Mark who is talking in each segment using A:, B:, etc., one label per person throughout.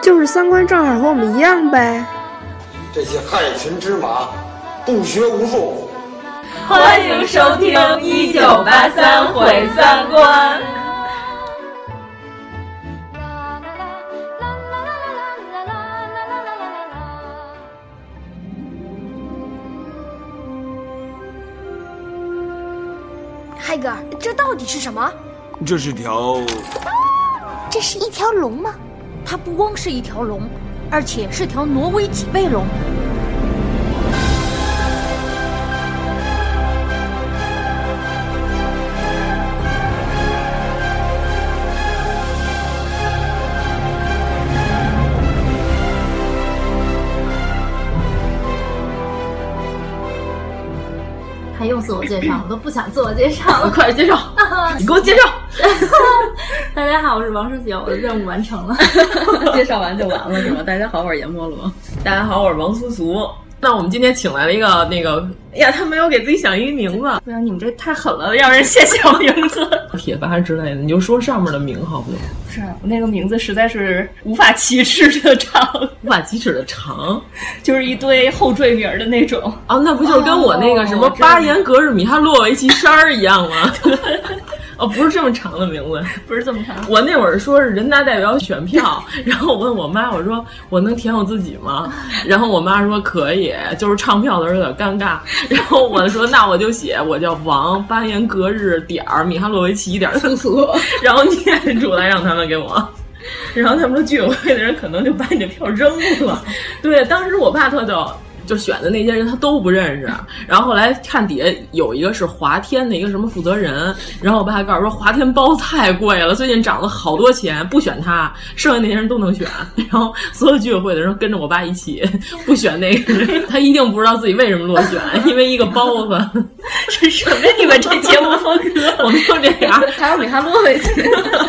A: 就是三观正好和我们一样呗。
B: 这些害群之马，不学无术。
C: 欢迎收听《一九八三毁三观》。
D: 嗨哥，这到底是什么？
E: 这是条……
F: 啊
D: 这是一条龙吗？
F: 它不光是一条龙，而且是条挪威脊背龙。
G: 还用自我介绍？我都不想自我介绍了，
F: 快点介 绍！你给我介绍！
G: 大家好，我是王十九，我的任务完成了。
F: 介绍完就完了是吗？大家好，我是阎摩罗。
H: 大家好，我是王苏苏。
F: 那我们今天请来了一个那个，哎呀，他没有给自己想一个名字。
G: 不然你们这太狠了，让人先想名字。
F: 铁饭之类的，你就说上面的名好不好？
G: 不是，啊我那个名字实在是无法启齿的长，
F: 无法启齿的长，
G: 就是一堆后缀名的那种。哦
F: 啊，那不就是跟我那个什么巴颜格日米哈洛维奇山儿一样 吗？ 哦，不是这么长的名字，
G: 不是这么长。
F: 我那会儿说是人大代表选 票，然后我问我妈，我说我能填我自己吗？然后我妈说可以，就是唱票的时候有点尴尬。然后我说那我 就写我叫王巴颜格日点儿米哈洛维 奇点儿苏苏， 然后念出来让他们给我。然后他们说居委会的人可能就把你这票扔了。 对，当时我爸特逗。就选的那些人他都不认识，然后后来看底下有一个是华天的一个什么负责人，然后我爸告诉说华天包太贵了，最近涨了好多钱，不选他，剩下那些人都能选。然后所有居委会的人跟着我爸一起不选那个人，他一定不知道自己为什么落选，因为一个包子。
G: 这什么你们这节目风格？
F: 我们就这样，
G: 还有米哈洛维奇，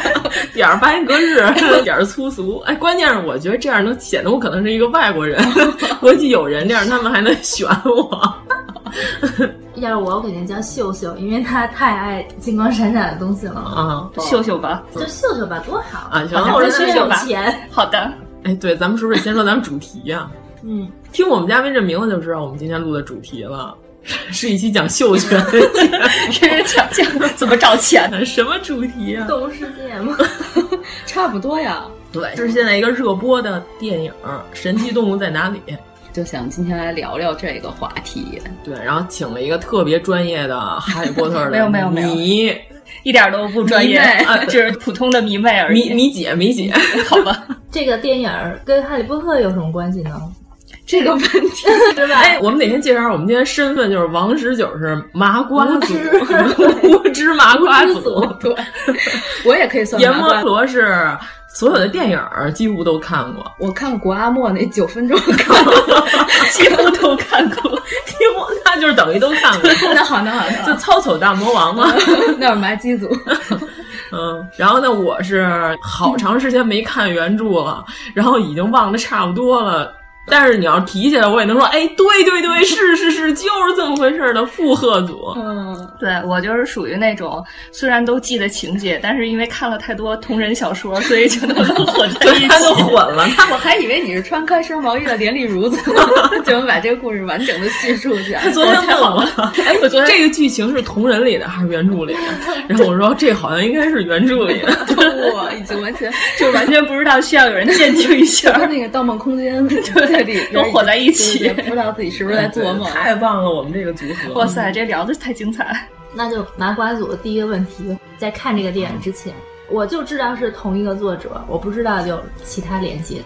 F: 点儿白格日， 点儿粗俗。哎，关键是我觉得这样能显得我可能是一个外国人， 国际友人这样。他们还能选我，
G: 要是我肯定叫秀秀，因为她太爱金光闪闪的东西了
F: 啊！
G: 秀秀吧，
H: 嗯
G: 就秀秀吧，多好啊！然后
F: 秀
G: 秀吧，好的。
F: 哎，对，咱们是不是先说咱们主题呀、啊？
G: 嗯，
F: 听我们嘉宾这名字就知道我们今天录的主题了， 是一期讲秀权，
G: 这是讲讲怎么找钱
F: 的， 什么主题呀、啊？
G: 动物世界 吗？
F: 差不多呀。对，这是现在一个热播的电影《神奇动物在哪里》。
H: 就想今天来聊聊这个话题，
F: 对，然后请了一个特别专业的哈利波特 的
G: 没有没有没有
F: 迷，啊
G: 一点都不专业， 只是普通的迷妹而
F: 已。迷迷姐，迷姐，
G: 好吧。这个电影跟哈利波特有什么关系呢？
H: 这个问题，
G: 对吧？
F: 哎，我们得先介绍我们今天身份，就是王十九是麻瓜族，无知麻瓜
G: 族。 对，我也可以算。
F: 阎摩罗是。所有的电影几乎都看 过，
H: 我看过古阿莫那九分 钟看 过，
G: 几乎都看过，
F: 几乎那就是等于都看过。
H: 那好，那好，
F: 就操守大魔王 嘛，
H: 那是麻鸡组。
F: 嗯，然后呢，我是好长时间没看原著了，然后已经忘得差不多了。但是你要提起来，我也能说，哎，对对对，是是是，就是这么回事的附和组。
G: 嗯，对我就是属于那种虽然都记得情节，但是因为看了太多同人小说，所以就都混在一起，
F: 都混了。
H: 我还以为你是穿开生毛衣的连丽如子， 怎么把这个故事完整的叙述一下？
F: 昨天问我，哎，我昨天这个剧情是同人里的还是原著里 的？然后我说这好像应该是原著里的。
H: 哇，已经完全
G: 就完全不知道需要有人鉴定一下。
H: 跟那个《盗梦空间》
G: 对。都火在一起，
H: 不知道自己是不是在做梦。
F: 太棒了，我们这个组合！
G: 哇塞，这聊的太精彩。那就麻瓜组的第一个问题，在看这个电影之前，我就知道是同一个作者，我不知道有其他联系。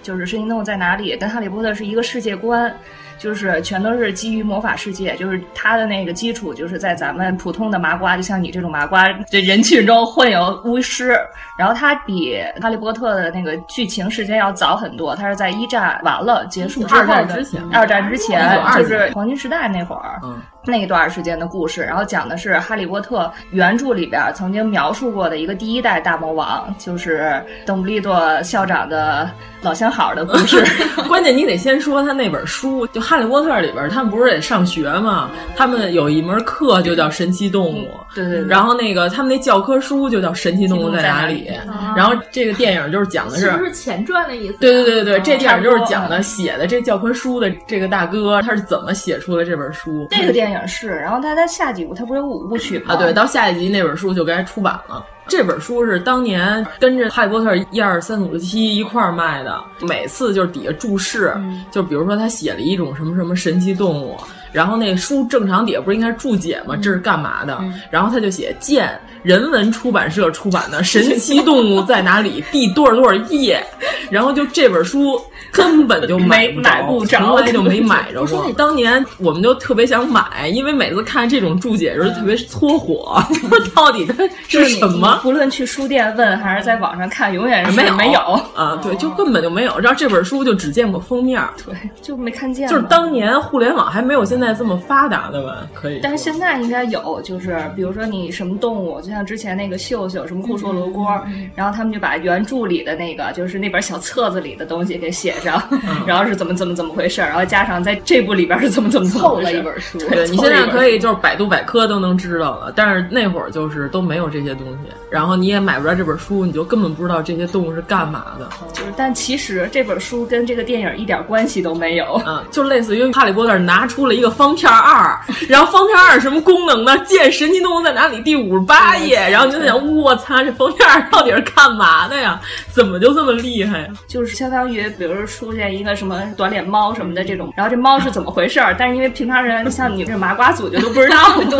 G: 就是《神奇动物在哪里》跟《哈利波特》是一个世界观，
E: 就是全都是基于魔法世界，就是它的那个基础就是在咱们普通的麻瓜，就像你这种麻瓜这人群中混有巫师。然后它比《哈利波特》的那个剧情时间要早很多，它是在一战完了结束
F: 二战
E: 之
F: 前，
E: 二战之前就是黄金时代那会儿。
F: 嗯
E: 那一段时间的故事，然后讲的是《哈利波特》原著里边曾经描述过的一个第一代大魔王，就是邓布利多校长的老相好的故 事。
F: 关键你得先说他那本书，就《哈利波特》里边，他们不是得上学嘛？他们有一门课就叫《神奇动物》，
E: 对对。
F: 然后那个他们那教科书就叫《神奇动物在哪里》
G: 啊，
F: 然后这个电影就是讲的
G: 是不是前传的意思、啊？
F: 对对对对，这电影就是讲的写的这教科书的这个大哥他是怎么写出的这本书。
E: 这个电影是，然后他在下几部，他不是有五部曲吗？
F: 啊，对，到下一集那本书就该出版了。这本书是当年跟着《哈利波特》一二三四五六七一块儿卖的，每次就是底下注释，
E: 嗯
F: 就比如说他写了一种什么什么神奇动物，然后那书正常底下不是应该注解
E: 嗯
F: 吗？这是干嘛的？然后他就写见人文出版社出版的《神奇动物在哪里》第多少多少页，然后就这本书根本就买不着，
E: 没买不着
F: 从来就没买着
E: 不是
F: 过。当年我们就特别想买，因为每次看这种注解的时候特别搓火， 到底它是
E: 就是你
F: 什么？
E: 你不论去书店问还是在网上看，永远是
F: 没有
E: 没有，
F: 啊，对，就根本就没有。然后这本书就只见过封面，
E: 对，就没看见。
F: 就是当年互联网还没有现在这么发达的吧？可以，
E: 但是现在应该有，就是比如说你什么动物，就像之前那个秀秀什么酷硕罗锅，然后他们就把原著里的那个，就是那本小册子里的东西给写上， 然后是怎么怎么怎么回事儿，然后加上在这部里边是怎么怎么怎么回事儿
H: 凑了一本书
E: 对，
F: 对你
E: 凑
F: 现
E: 了一
F: 在
E: 本
F: 可以
E: 书
F: 就是百度百科都能知道了，但是那会儿就是都没有这些东西，然后你也买不着这本书，你就根本不知道这些动物是干嘛的。
E: 就是，但其实这本书跟这个电影一点关系都没有。
F: 啊，就类似于《哈利波特》拿出了一个方片二，然后方片二什么功能呢？见《神奇动物在哪里》第五十八页，然后你就想，我擦，这方片二到底是干嘛的呀？怎么就这么厉害呀？
E: 就是相当于，比如说出现一个什么短脸猫什么的这种，然后这猫是怎么回事儿？但是因为平常人像你这麻瓜组就都不知道，对，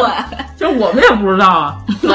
F: 就是我们也不知道啊。
E: 对，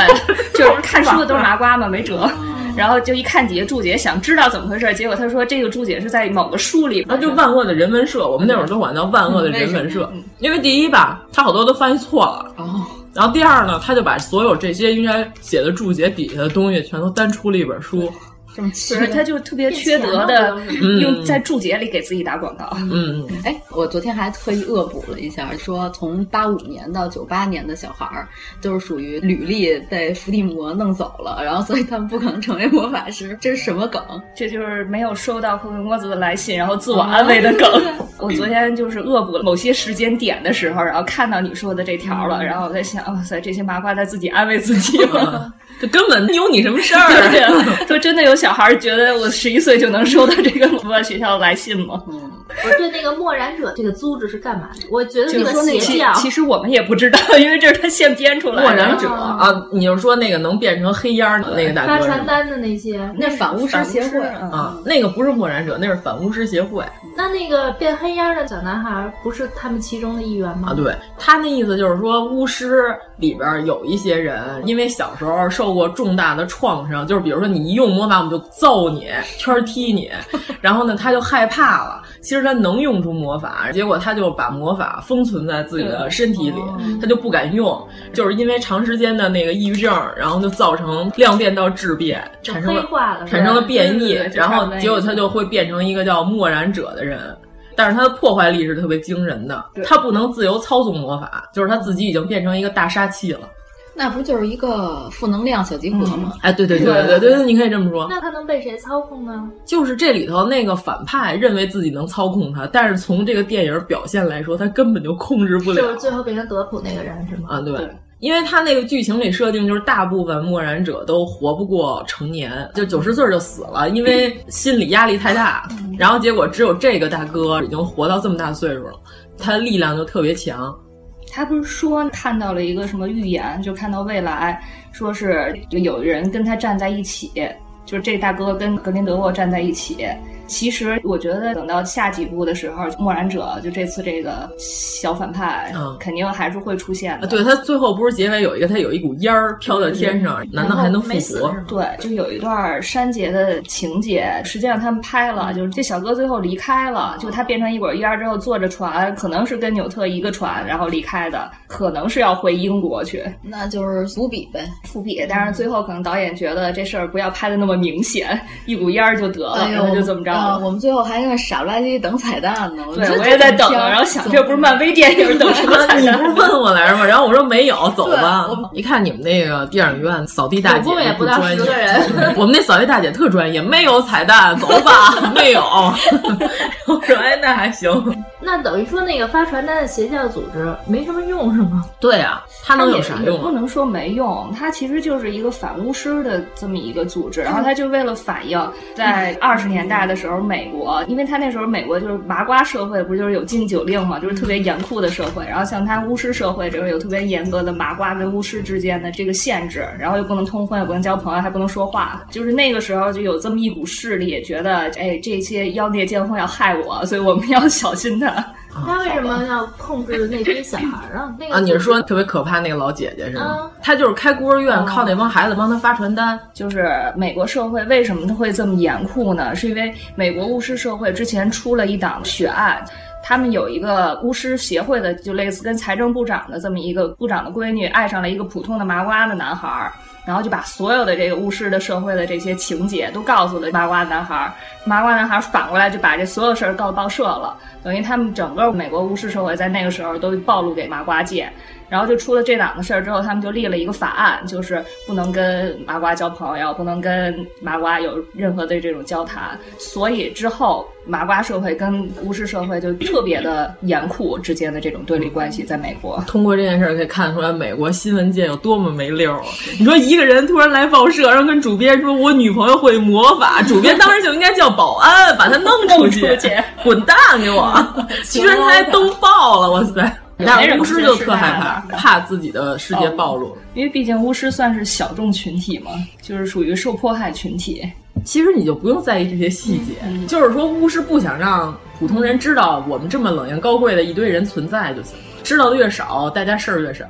E: 就是看书的都是哦麻瓜嘛，没辙。 然后就一看底下注解，想知道怎么回事儿，结果他说这个注解是在某个书里，
F: 那就万恶的人文社，我们那会儿都管叫万恶的人文
E: 嗯
F: 社，因为第一吧，他好多都翻译错了，
E: 哦，
F: 然后第二呢，他就把所有这些应该写的注解底下的东西全都单出了一本书。
H: 这么
E: 不是，他就特别缺德的
F: 嗯
E: 用在注解里给自己打广告。
F: 嗯，
H: 哎，我昨天还特意恶补了一下，说从八五年到九八年的小孩儿，都是属于履历被伏地魔弄走了，然后所以他们不可能成为魔法师，这是什么梗？
E: 这就是没有收到霍格莫兹的来信，然后自我安慰的梗。 我昨天就是恶补了某些时间点的时候，然后看到你说的这条了，然后我在想，哇、塞，这些麻瓜在自己安慰自 己吗？
F: 这根本没有你什么事
E: 对
F: 儿。啊
E: 呀说真的，有小孩觉得我十一岁就能收到这个我学校的来信吗？
G: 我对那个漠然者这个租制是干嘛的？我觉得
E: 就
G: 这
E: 是
G: 个
E: 说那
G: 邪
E: 其
G: 教，
E: 其实我们也不知道， 因为这是他现编出来的。
F: 漠然者啊，你就说那个能变成黑烟儿的那个大
G: 发
F: 哥是吗
G: 传单的那些，
H: 那反巫师协会嗯
F: 啊，那个不是漠然者，那是反巫师协会
G: 嗯那那个变黑烟的小男孩不是他们其中的一员吗？
F: 啊。对，他那意思就是说，巫师里边有一些人，因为小时候受过重大的创伤，就是比如说你一用魔法，我们就揍你、圈踢 你，然后呢，他就害怕了。其实他能用出魔法，结果他就把魔法封存在自己的身体里，
G: 哦
F: 他就不敢用，就是因为长时间的那个抑郁症，然后就造成量变到质变，产生了
G: 黑化了是吧
F: 产生了变
G: 对
F: 异
G: 对对，就
F: 然
G: 差
F: 后
G: 不多
F: 结果他就会变成一个叫漠然者的人。但是他的破坏力是特别惊人的，他不能自由操纵魔法，就是他自己已经变成一个大杀器了。
H: 那不就是一个负能量小集
G: 嗯
H: 合吗？
F: 哎，对对对对对对对，你可以这么说。
G: 那他能被谁操控呢？
F: 就是这里头那个反派认为自己能操控他，但是从这个电影表现来说，他根本就控制不了。
G: 就是最后变成德普那个人是吗？
F: 啊，对。因为他那个剧情里设定就是大部分漠然者都活不过成年，就九十岁就死了，因为心理压力太大。然后结果只有这个大哥已经活到这么大岁数了，他力量就特别强。
E: 他不是说看到了一个什么预言，就看到未来，说是就有人跟他站在一起，就是这大哥跟格林德沃站在一起，其实我觉得等到下几部的时候，默然者就这次这个小反派肯定还是会出现的。
F: 啊对他最后不是结尾有一个他有一股烟儿飘在天上，难道还能复活？
E: 对，就有一段删节的情节，实际上他们拍了，就是这小哥最后离开了，就他变成一管烟儿之后坐着船，可能是跟纽特一个船，然后离开的，可能是要回英国去。
H: 那就是伏笔呗，
E: 伏笔。但是最后可能导演觉得这事儿不要拍的那么明显，一股烟儿就得了，然哎后就这么着。
H: 啊，我们最后还在那傻不拉几等彩蛋呢。
E: 对，我也在等，啊然后想这不是漫威电影等 什么彩蛋？
F: 你不是问我来着吗？然后我说没有，走吧。一看你们那个电影院扫地大姐，
G: 也不到十个人。
F: 我们那扫地大姐特专业，没有彩蛋，走吧，没有。 我说哎，那还行。
G: 那等于说那个发传单的邪教组织没什么用是吗？
F: 对啊，
E: 它
F: 能有啥用？
E: 不能说没用，它其实就是一个反巫师的这么一个组织，
F: 嗯
E: 然后它就为了反映在二十年代的时候美国，因为它那时候美国就是麻瓜社会，不就是有禁酒令嘛，就是特
F: 嗯
E: 别严酷的社会，然后像它巫师社会这种有特别严格的麻瓜跟巫师之间的这个限制，然后又不能通婚，也不能交朋友，还不能说话，就是那个时候就有这么一股势力，觉得哎这些妖孽贱货要害我，所以我们要小心它。
G: 他为什么要控制那堆小孩儿啊？那个
F: 啊，你是说特别可怕那个老姐姐是
G: 啊
F: 吗？她就是开孤儿
G: 哦
F: 院，靠那帮孩子帮她发传单。
E: 就是美国社会为什么会这么严酷呢？是因为美国巫师社会之前出了一档血案。他们有一个巫师协会的，就类似跟财政部长的这么一个部长的闺女，爱上了一个普通的麻瓜的男孩儿，然后就把所有的这个巫师的社会的这些情节都告诉了麻瓜男孩儿。麻瓜男孩反过来就把这所有事儿告报社了，等于他们整个美国巫师社会在那个时候都暴露给麻瓜界。然后就出了这档子事儿之后，他们就立了一个法案，就是不能跟麻瓜交朋友，不能跟麻瓜有任何的这种交谈。所以之后，麻瓜社会跟巫师社会就特别的严酷之间的这种对立关系，在美国。
F: 通过这件事儿可以看出来，美国新闻界有多么没溜儿、啊。你说一个人突然来报社，然后跟主编说我女朋友会魔法，主编当时就应该叫保安把他弄出去，
E: 出去
F: 滚蛋给 我！居然还都报了，哇塞！但是巫师就特害怕，怕自己的世界暴露、哦，
E: 因为毕竟巫师算是小众群体嘛，就是属于受迫害群体。
F: 其实你就不用在意这些细节，嗯、就是说巫师不想让普通人知道我们这么冷艳高贵的一堆人存在就行，知道的越少，大家事儿越少。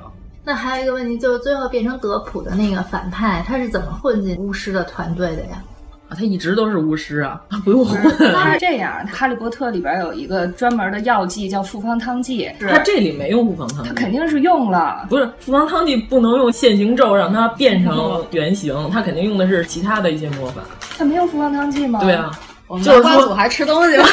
G: 那还有一个问题就是，最后变成德普的那个反派，他是怎么混进巫师的团队的呀？
F: 啊他一直都是巫师啊，不用混。
E: 他是这样，《哈利波特》里边有一个专门的药剂叫复方汤剂，
F: 他这里没用复方汤剂，
E: 他肯定是用了。
F: 不是复方汤剂不能用现行咒让它变成原形，嗯、他肯定用的是其他的一些魔法。
E: 他没用复方汤剂吗？
F: 对啊。
H: 就是说还吃东西吗？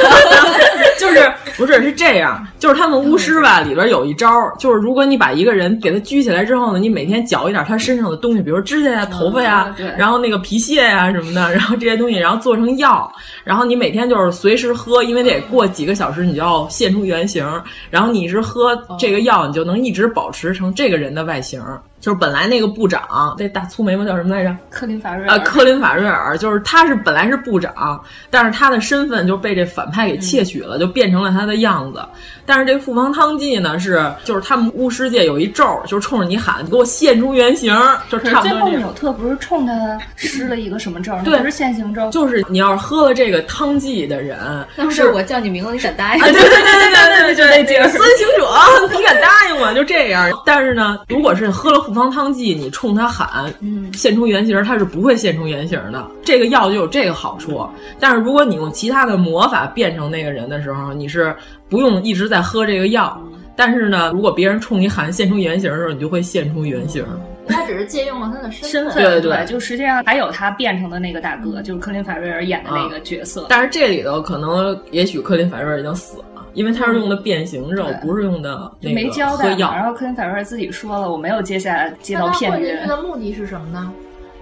F: 就是不是是这样？就是他们巫师吧，里边有一招，就是如果你把一个人给他拘起来之后呢，你每天嚼一点他身上的东西，比如指甲呀、头发呀，然后那个皮屑呀什么的，然后这些东西，然后做成药，然后你每天就是随时喝，因为得过几个小时你就要现出原形，然后你是喝这个药，你就能一直保持成这个人的外形。就是本来那个部长，那大粗眉毛叫什么来着？
E: 科林法瑞
F: 尔。呃，科林法瑞尔就是他是本来是部长，但是他的身份就被这反派给窃取了，嗯、就变成了他的样子。但是这复方汤剂呢，是就是他们巫师界有一咒，就是冲着你喊，你给我现出原形，就差不多。
E: 最后纽特不是冲他施了一个什么咒？
F: 对，
E: 不是现行咒。
F: 就是你要是喝了这个汤剂的 人，啊
H: 是我叫你名字，你敢答应？
F: 对对对对对对
E: 对，
F: 孙行者， 你敢答应吗？就这样。但是呢，如果是喝了。复方汤剂，你冲他喊，
E: 嗯
F: 现出原形，他是不会现出原形的。这个药就有这个好处，但是如果你用其他的魔法变成那个人的时候，你是不用一直在喝这个药。但是呢，如果别人冲你喊现出原形的时候，你就会现出原形。
G: 他只是借用了他的身
E: 份，
F: 对对嗯对，
E: 就实际上还有他变成的那个大哥，就是科林法瑞尔演的那个角色。啊、
F: 但是这里头可能，也许科林法瑞尔已经死了。因为他是用的变形咒，不是用的那
E: 没交代。然后科林
F: 法
E: 瑞自己说了，我没有接下来接到骗人。
G: 的目的是什么呢？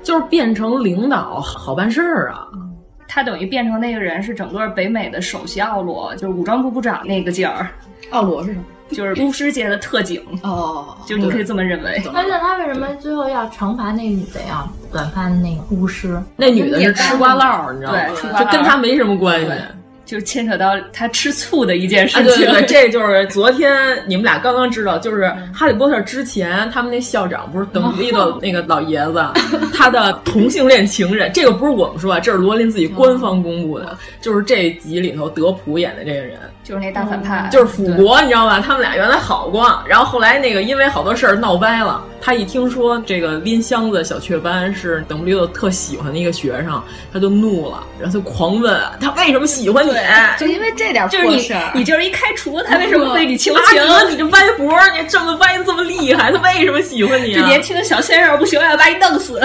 F: 就是变成领导好办事儿啊。
E: 他等于变成那个人是整个北美的首席奥罗，就是武装部部长那个劲儿。
H: 奥罗啊是什么？
E: 就是巫师界的特警
H: 哦，
E: 就你可以这么认为。
G: 而且他为什么最后要惩罚那女的呀？短发那个巫师，
F: 那女的是吃瓜唠儿，你知道吗？
E: 对，
F: 就跟他没什么关系。
E: 就是牵扯到他吃醋的一件事情。
F: 啊、对,对对，这就是昨天你们俩刚刚知道，就是《
E: 嗯
F: 哈利波特》之前他们那校长不是邓布利 多那个老爷子，他的同性恋情人，这个不是我们说啊，这是罗琳自己官方公布
E: 嗯
F: 的，就是这集里头德普演的这个人，
E: 就是那大反派，
F: 嗯就是辅国，你知道吧？他们俩原来好过，然后后来那个因为好多事儿闹掰了，他一听说这个拎箱子小雀斑是邓布利多特喜欢的一个学生，他就怒了，然后就狂问他为什么喜欢你。啊
E: 啊就因为这点
F: 就是
E: 你， 你就是一开除他，为什么对你求情？
F: 啊、你这歪脖，你这么歪这么厉害，他为什么喜欢你、啊？
E: 这年轻的小鲜肉不行，要把你弄 死。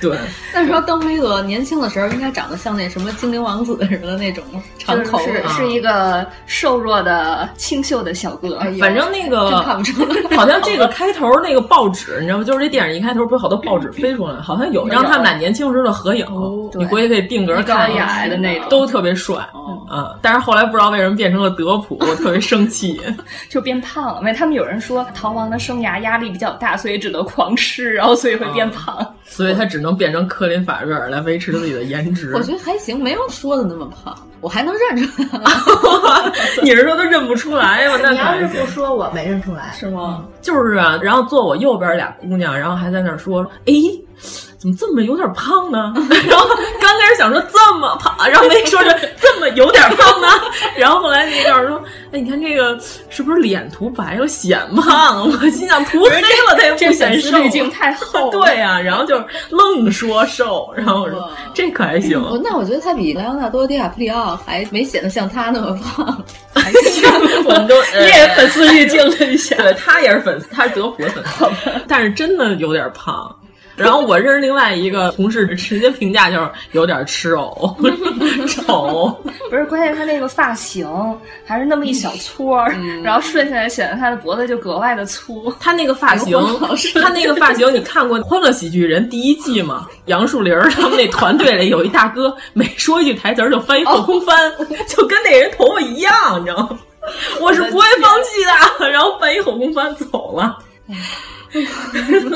F: 对。
H: 那时候邓布利多年轻的时候，应该长得像那什么精灵王子似的那种长头，
E: 是是一个瘦弱的清秀的小哥。
F: 哎、反正那个
H: 看不出来，
F: 好像这个开头那个报纸，你知道吗？就是这电影一开头不是好多报纸飞出来，好像有让他们俩年轻时候的合影。
E: 哦、
F: 你回去可以定格看，啊
E: 高矮的那种
F: 都特别帅。哦嗯，但是后来不知道为什么变成了德普，我特别生气，
E: 就变胖了。因为他们有人说逃亡的生涯压力比较大，所以只能狂吃，然后所以会
H: 啊
E: 变胖， 嗯、
F: 所以他只能变成科林法瑞尔来维持自己的颜值。
H: 我觉得还行，没有说的那么胖，我还能认出 来。
F: 你是说都认不出来吗？那
G: 你要是不说，我没认出来，
E: 是吗、
F: 嗯？就是啊，然后坐我右边俩姑娘，然后还在那说，哎。怎么这么有点胖呢？ 然后刚开始想说这么胖，然后没说是这么有点胖呢。然后后来那个说，哎，你看这个是不是脸涂白了显胖？我心想涂黑了它也不显瘦，
E: 滤镜太 厚。
F: 对呀、啊，然后就愣说瘦，然后我说这可还行。
H: 哦那我觉得他比莱昂纳多·迪卡普里奥还没显得像他那么胖。
F: 我们都 呃
E: 你也粉丝滤镜了一下，
F: 对他也是粉丝，他是德普的粉丝， 但是真的有点胖。然后我认识另外一个同事，直接评价就是有点吃藕， 丑。
E: 不是，关键他那个发型还是那么一小撮儿，嗯、然后顺下来显得他的脖子就格外的粗。
F: 他那个发型，他那个发型，你看过《欢乐喜剧人》第一季 吗？杨树林他们那团队里有一大哥，每说一句台词儿就翻一后空翻， 哦、就跟那人头发一样，你知道 吗？我是不会放弃的，然后翻一后空翻走了。嗯所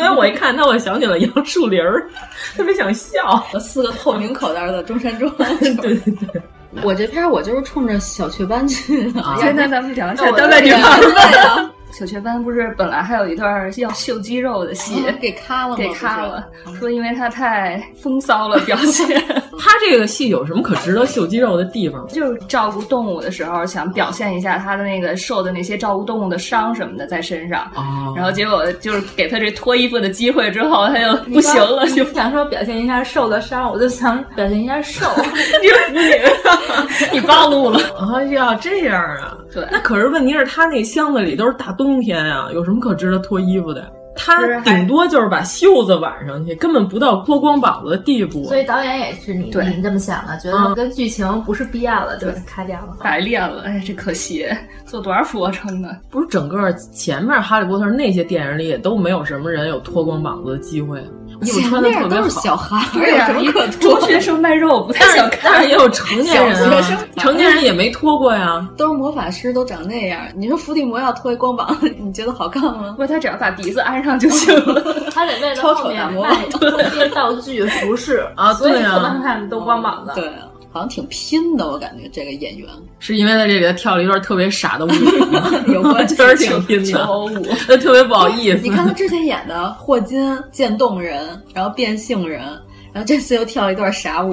F: 以我一看他，我想起了杨树林儿，特别想 笑。
H: 四个透明口袋的中山装，
F: 对对对。
H: 我这片我就是冲着小雀斑去
F: 啊
H: 的。
E: 现在咱们聊一下当代女 孩 吧。小雀斑不是本来还有一段要秀肌肉的戏，
H: 啊、给咔了，
E: 给咔了，说因为他太风骚了表现。
F: 他这个戏有什么可值得秀肌肉的地方？
E: 就是照顾动物的时候，想表现一下他的那个受的那些照顾动物的伤什么的在身上。
F: 哦、
E: 然后结果就是给他这脱衣服的机会之后，他就不 行了，就
G: 想说表现一下受的伤，我就想表现一下 瘦。
E: 你腐女，你暴露了。
F: 哎呀，这样啊？
E: 对。
F: 那可是问题是，他那箱子里都是大。冬天呀、啊，有什么可值得脱衣服的？他顶多就是把袖子挽上去，根本不到脱光膀子的地步。
G: 所以导演也是你你这么想的、啊，觉得跟剧情不是必要了，就咔掉了，
E: 白练了。哎，这可惜，做多少俯卧撑呢？
F: 不是整个前面《哈利波特》那些电影里也都没有什么人有脱光膀子的机会。啊衣服穿的特别
H: 好，小孩
E: 对呀、
H: 啊，
E: 中学生卖肉不太想看，
F: 但是也有成年人啊，成年人也没脱过呀，
H: 都是魔法师，都长那样。你说伏地魔要脱一光膀，你觉得好看吗？
E: 不，他只要把鼻子安上就行了。
G: 他得为了后面卖一些道具、服饰
F: 啊，
G: 所以不能看都光膀子。
H: 对、啊。好像挺拼的，我感觉这个演员
F: 是因为在这里跳了一段特别傻的舞，
H: 确
F: 实挺拼的，
E: 舞，
F: 那特别不好意思。
H: 你看他之前演的霍金渐冻人，然后变性人，然后这次又跳了一段傻舞，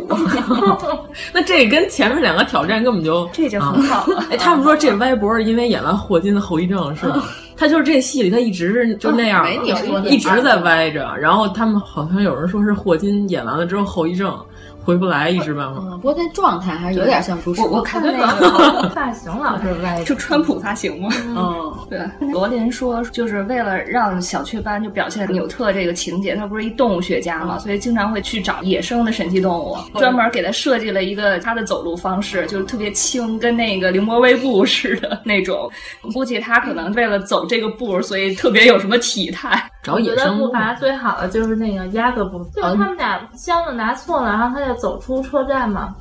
F: 那这跟前面两个挑战根本就
E: 这就很好了。
F: 哎，他们说这歪脖是因为演完霍金的后遗症是 吧？他就是这戏里，他一直是就 那样，
H: 没你说
F: 一直在歪着。然后他们好像有人说是霍金演完了之后后遗症。回不来，一直办法。
H: 嗯，不过那状态还是有点像不是
G: 我。我看那 个哦发型老是歪，
E: 哦就川普发型嘛。
H: 嗯，
E: 对。啊 罗琳说，就是为了让小雀斑就表现纽特这个情节，他不是一动物学家
G: 嗯
E: 嘛，所以经常会去找野生的神奇动物，专门给他设计了一个他的走路方式，就是特别轻，跟那个凌波微步 似的那种。估计他可能为了走这个步，所以特别有什么体态。
F: 找野嗯
G: 生步伐最好的就是那个鸭哥步，就是他们俩箱子拿错了，然后他就。走出车站嘛，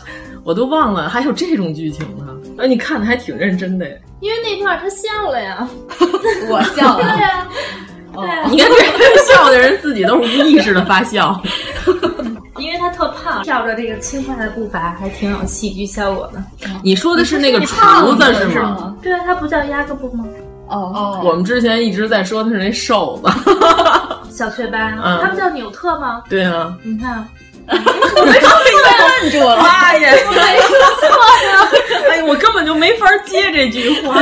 F: 我都忘了还有这种剧情呢、啊。哎，你看的还挺认 真的，
G: 因为那段他笑了 呀，
H: 我笑了，
G: 对呀、啊，
E: 哦
G: 对、啊，
F: 你看这笑的人自己都是无意识的发笑。
G: 因为他他特胖，跳着那个轻快的步伐，还挺有戏剧效果的。
F: 你说的是那个厨子是吗？
G: 对啊，他不叫鸭哥布吗？
F: 嗯
H: 哦 哦，
F: 我们之前一直在说他是那瘦子，
G: 小雀斑，啊
F: 嗯
G: 他不叫纽特吗？
F: 对啊，
G: 你看，
F: 我没说
H: 问住了，
F: 妈哎呀！
G: 我没说错呀。
F: 哎，我根本就没法接这句话。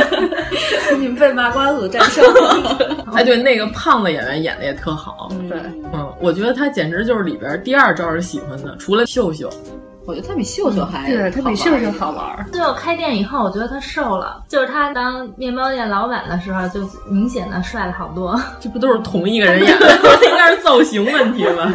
H: 你们被麻瓜组战胜了。
F: 哎，对，那个胖子演员演的也特好，
H: 对，
F: 嗯，我觉得他简直就是里边第二招是喜欢的，除了秀秀。
H: 我觉得他比秀秀还
F: 对他比秀秀
H: 好玩儿。
G: 对我开店以后，我觉得他瘦了，就是他当面包店老板的时候，就明显的帅了好多。
F: 这不都是同一个人演 的？这应该是造型问题吧？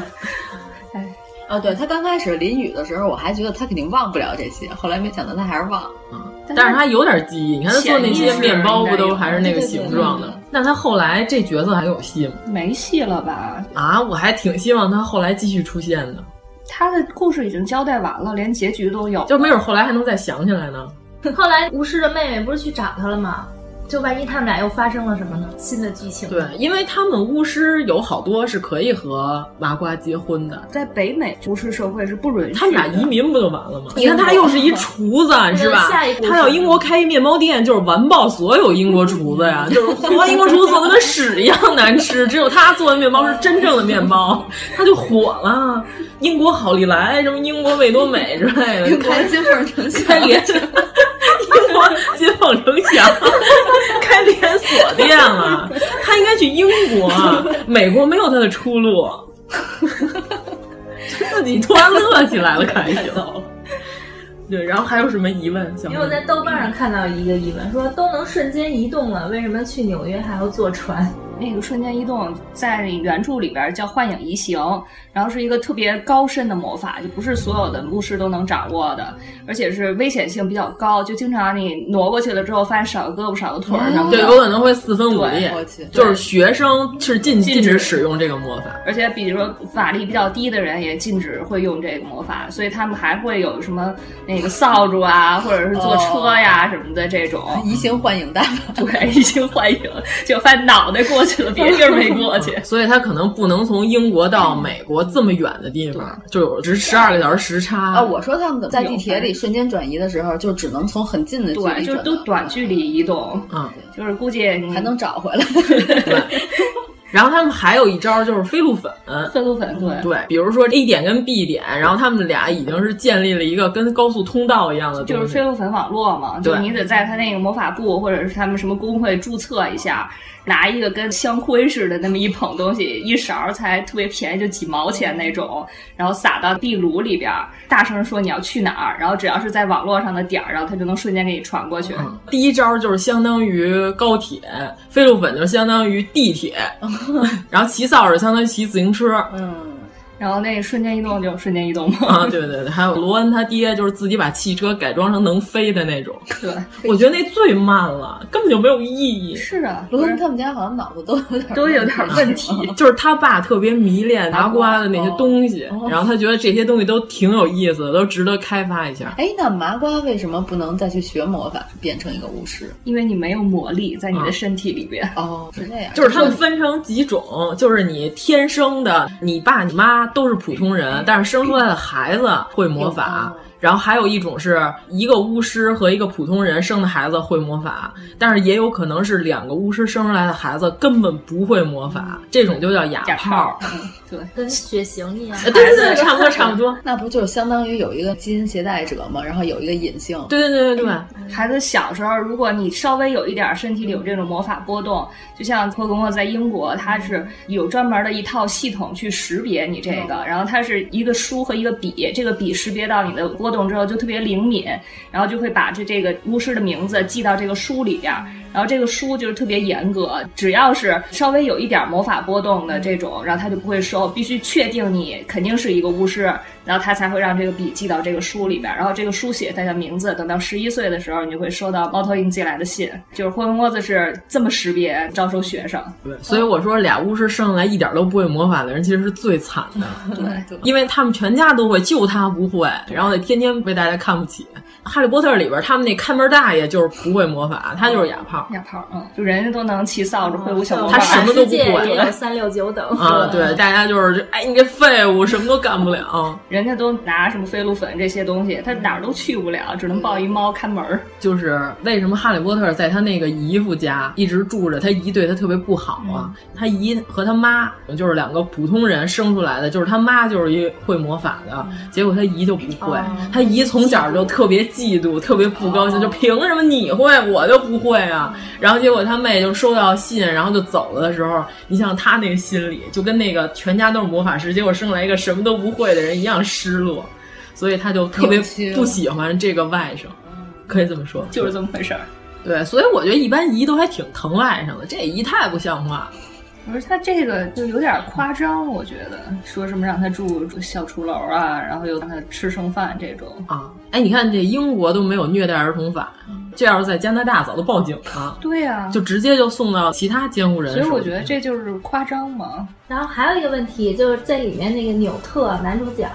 H: 哦，对他刚开始淋雨的时候，我还觉得他肯定忘不了这些，后来没想到他还是忘了。
F: 但是他有点记忆，你看他做那些面包不都还是那个
H: 潜意识
F: 形状
H: 对对
F: 的？那他后来这角色还有戏吗？
E: 没戏了吧？
F: 啊，我还挺希望他后来继续出现的，
E: 他的故事已经交代完了，连结局都有，
F: 就没准后来还能再想起来呢。
G: 后来吴师的妹妹不是去找他了吗？就万一他们俩又发生了什么呢？新的剧情？
F: 对，因为他们巫师有好多是可以和麻瓜结婚的，
E: 在北美族氏社会是不允许的。
F: 他们俩移民不就完了吗？你看他又是一厨 子
E: 对
F: 是吧
E: 下一？步是
F: 他要英国开一面包店，就是完爆所有英国厨子 呀，就是活英国厨子做的跟屎一样难吃， 只有他做的面包是真正的面包，他就火了。英国好利来，什么英国味多美之类 的，
H: 开金凤城墙
F: 开连锁，英国金凤城墙开连锁店了，他应该去英国，啊美国没有他的出路。自己突然乐起来了，开心。对，然后还有什么疑问？小
G: 因
F: 妹
G: 为我在豆瓣上看到一个疑问，说都能瞬间移动了，为什么去纽约还要坐船？
E: 那个瞬间移动在原著里边叫幻影移形，然后是一个特别高深的魔法，就不是所有的巫师都能掌握的，而且是危险性比较高，就经常你挪过去了之后，发现少个胳膊少个腿儿什么的。
F: 对，有可能会四分五裂
E: 对我去，
F: 就是学生是禁禁止使用这个魔法。
E: 而且比如说法力比较低的人也禁止会用这个魔法，所以他们还会有什么那个扫帚啊，或者是坐车呀、什么的这种
H: 移形幻影大
E: 法，对， 移形幻影就发现脑袋过去了，别地儿没过
F: 嗯
E: 去。
F: 所以他可能不能从英国到美国这么远的地方，就有十十二个小时时差
H: 啊，我说他们怎么在地铁里瞬间转移的时候，就只能从很近的距
E: 对，
H: 离
E: 就是
H: 转
E: 都短距离移动，
F: 嗯，
E: 就是估计你还
H: 能找回来。
F: 然后他们还有一招就是飞鹿粉，
E: 飞鹿粉对
F: 对，比如说 A 点跟 B 点，然后他们俩已经是建立了一个跟高速通道一样的东
E: 就是
F: 西，
E: 飞鹿粉网络嘛，
F: 对
E: 就是你得在他那个魔法部或者是他们什么工会注册一下，拿一个跟香灰似的那么一捧东西，一勺儿才特别便宜，就几毛钱那种，然后撒到壁炉里边儿，大声说你要去哪儿，然后只要是在网络上的点儿，然后他就能瞬间给你传过去。
F: 第一招就是相当于高铁，飞鹿粉就相当于地 铁，然后骑扫帚相当于骑自行车。
H: 嗯，
E: 然后那个瞬间移动就瞬间移动嘛。
F: 啊，对对对，还有罗恩他爹就是自己把汽车改装成能飞的那种，
E: 对，
F: 我觉得那最慢了，根本就没有意义。
E: 是啊，
H: 罗恩他们家好像脑子都有点
E: 都有点问题，
F: 就是他爸特别迷恋麻瓜的那些东西，
E: 哦
F: 然后他觉得这些东西都挺有意思的，都值得开发一下。
H: 哎，那麻瓜为什么不能再去学魔法，变成一个巫师？
E: 因为你没有魔力在你的身体里
F: 啊
E: 边。
H: 哦，是这样，
F: 就是他们分成几种，就是你天生的，你爸你妈都是普通人，但是生出来的孩子会魔法。然后还嗯有一种是一个巫师和一个普通人生的孩子会魔法，但是也有可能是两个巫师生出来的孩子根本不会魔法，这种就叫哑炮。呃
E: 对，
G: 跟血型一样。
F: 对对对，差不多差不 多。
H: 那不就是相当于有一个基因携带者嘛，然后有一个隐性？
F: 对对对对
E: 孩子小时候，如果你稍微有一点儿身体里有这种魔法波动，就像托公公在英国，他是有专门的一套系统去识别你这个，然后它是一个书和一个笔，这个笔识别到你的波动之后就特别灵敏，然后就会把这这个巫师的名字记到这个书里边儿。然后这个书就是特别严格，只要是稍微有一点魔法波动的这种，然后他就不会收，必须确定你肯定是一个巫师，然后他才会让这个笔记到这个书里边。然后这个书写他的名字，等到十一岁的时候，你就会收到猫头鹰寄来的信。就是霍恩窝子是这么识别招收学生，
F: 对，所以我说俩巫师生来一点都不会魔法的人，其实是最惨的。
E: 对，
F: 因为他们全家都会，就他不会，然后得天天被大家看不起。哈利波特里边，他们那看门大爷就是不会魔法，他就是哑炮。
E: 哑炮，嗯，就人家都能骑扫帚挥舞小魔
F: 嗯
E: 法，
F: 他什么都不
G: 世界
F: 管
G: 也有三六九等
F: 啊，对，大家就是这哎，你这废物，什么都干不了。
E: 人人家都拿什么飞鹿粉这些东西，他哪儿都去不了，只能抱一猫看门儿。
F: 就是为什么哈利波特在他那个姨夫家一直住着，他姨对他特别不好啊。他姨和他妈就是两个普通人生出来的，就是他妈就是一会魔法的，结果他姨就不会。他姨从小就特别嫉妒，特别不高兴，就凭什么你会我就不会啊？然后结果他妹就收到信，然后就走了的时候，你像他那个心理，就跟那个全家都是魔法师，结果生来一个什么都不会的人一样失落，所以他就特别不喜欢这个外甥。可以这么说，
E: 就是这么回事儿。
F: 对，所以我觉得一般姨都还挺疼外甥的，这姨太不像话了。
E: 不是他这个就有点夸张，我觉得说什么让他住小厨楼啊，然后又让他吃剩饭这种
F: 啊。哎，你看这英国都没有虐待儿童法，
E: 嗯
F: 这要是在加拿大早都报警了。
E: 对呀、啊，
F: 就直接就送到其他监护人。
E: 所以我觉得这就是夸张嘛。
G: 然后还有一个问题就是在里面那个纽特男主角。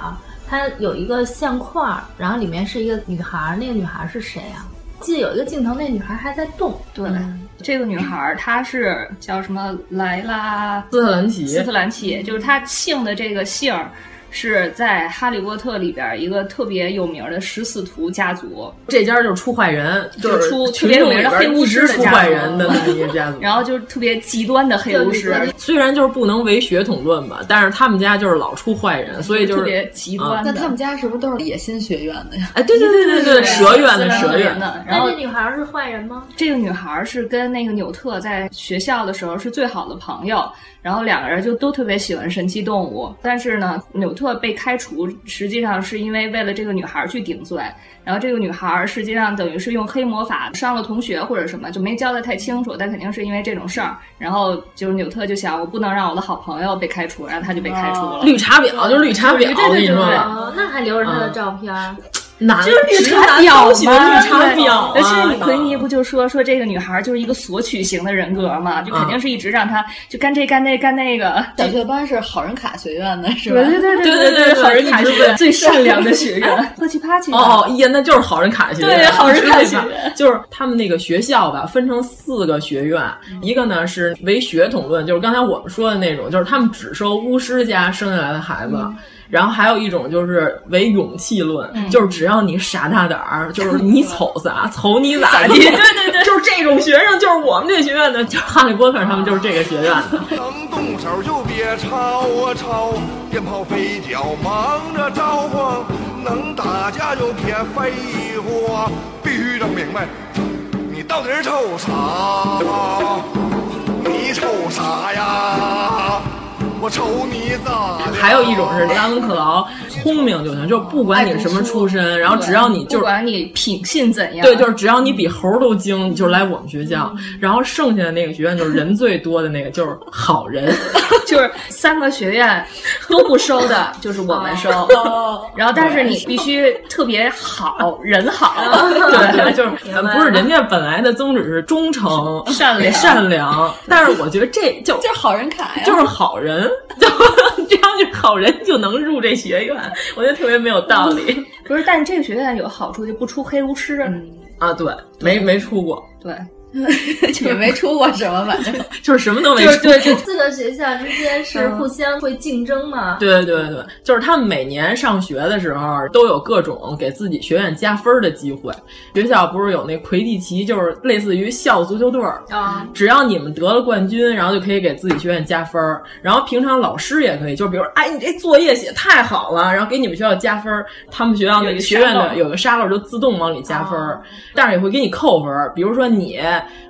G: 他有一个相框，然后里面是一个女孩，那个女孩是谁啊？记得有一个镜头，那女孩还在动。
E: 对，嗯、这个女孩她是叫什么？莱拉
F: 斯特兰奇。
E: 斯特兰奇就是她姓的这个姓儿，是在《哈利波特》里边一个特别有名的十四图家族。
F: 这家就出坏人，就是
E: 出特别有名的黑巫师
F: 出坏人的那么一个 家族。
E: 然后就是特别极端的黑巫师，
F: 虽然就是不能唯血统论吧，但是他们家就是老出坏人，所以就是
E: 特别极端。
H: 那他们家是不是都是野心学院的呀？
F: 哎，对对对对对，蛇院的蛇院哎
E: 的。然后
G: 这女孩是坏人吗？
E: 这个女孩是跟那个纽特在学校的时候是最好的朋友，然后两个人就都特别喜欢神奇动物，但是呢，纽特。被开除，实际上是因为为了这个女孩去顶罪，然后这个女孩实际上等于是用黑魔法伤了同学或者什么，就没交代太清楚，但肯定是因为这种事儿。然后就是纽特就想，我不能让我的好朋友被开除，然后他就被开除了。
F: 绿茶婊就是绿茶婊，
E: 对哦对对，
G: 那还留着他的照片。嗯
F: 男
E: 就是绿茶
F: 婊
E: 嘛，
F: 绿茶啊婊。
E: 但是奎尼不就说说这个女孩就是一个索取型的人格嘛，就
F: 嗯
E: 肯定是一直让她就干这干那干那个。
H: 小学班是好人卡学院的是
E: 吧？对对
F: 对
E: 对
F: 对对，
E: 好人卡学院最善良的学院，赫奇帕 奇。
F: 哦，呀，那就是好人卡学院。
E: 对，好人卡学院
F: 就是他们那个学校吧，分成四个学院，一个呢是唯血统论，就是刚才我们说的那种，就是他们只收巫师家生下来的孩子。
E: 嗯
F: 然后还有一种就是唯勇气论，嗯、就是只要你傻大胆儿，就是 你瞅啥瞅你咋地，
E: 对对对，
F: 就是这种学生，就是我们这学院的，就是哈利波特他们就是这个学院的。
B: 能动手就别吵啊吵，鞭炮飞脚忙着招呼，能打架就别废话，必须整明白你到底是瞅啥，你瞅啥呀？我瞅你咋？
F: 还有一种是拉文克劳，聪明就行，就不管你什么出身，然后只要你就是
E: 不管你品性怎样，
F: 对，就是只要你比猴都精，你就来我们学校。
E: 嗯
F: 然后剩下的那个学院就是人最多的那个，就是好 人，
E: 就是三个学院都不收 的，就是我
F: 哦
E: 们收。 然后但是你必须特别 好人好，
F: 哦对，就是呃不是人家本来的宗旨是忠诚、
E: 善良、
F: 善良，但是我觉得这就
H: 就是好人卡呀，
F: 就是好人。 就这样就好人就能入这学院，我觉得特别没有道理。
E: 不是，但是这个学院有好处，就不出黑巫师、
F: 嗯、啊。对，没没出过，
E: 对，
H: 也没出过什么，反正
F: 就是什么都没
E: 出过。
F: 出。
G: 四个学校之间是互相会竞争嘛？
F: 对对对，就是他们每年上学的时候都有各种给自己学院加分的机会。学校不是有那魁地奇，就是类似于校足球队儿
G: 啊。
F: 哦、只要你们得了冠军，然后就可以给自己学院加分。然后平常老师也可以，就比如哎，你这作业写太好了，然后给你们学校加分。他们学校那个学院的有个沙漏就自动往里加分，
G: 哦、
F: 但是也会给你扣分。比如说你。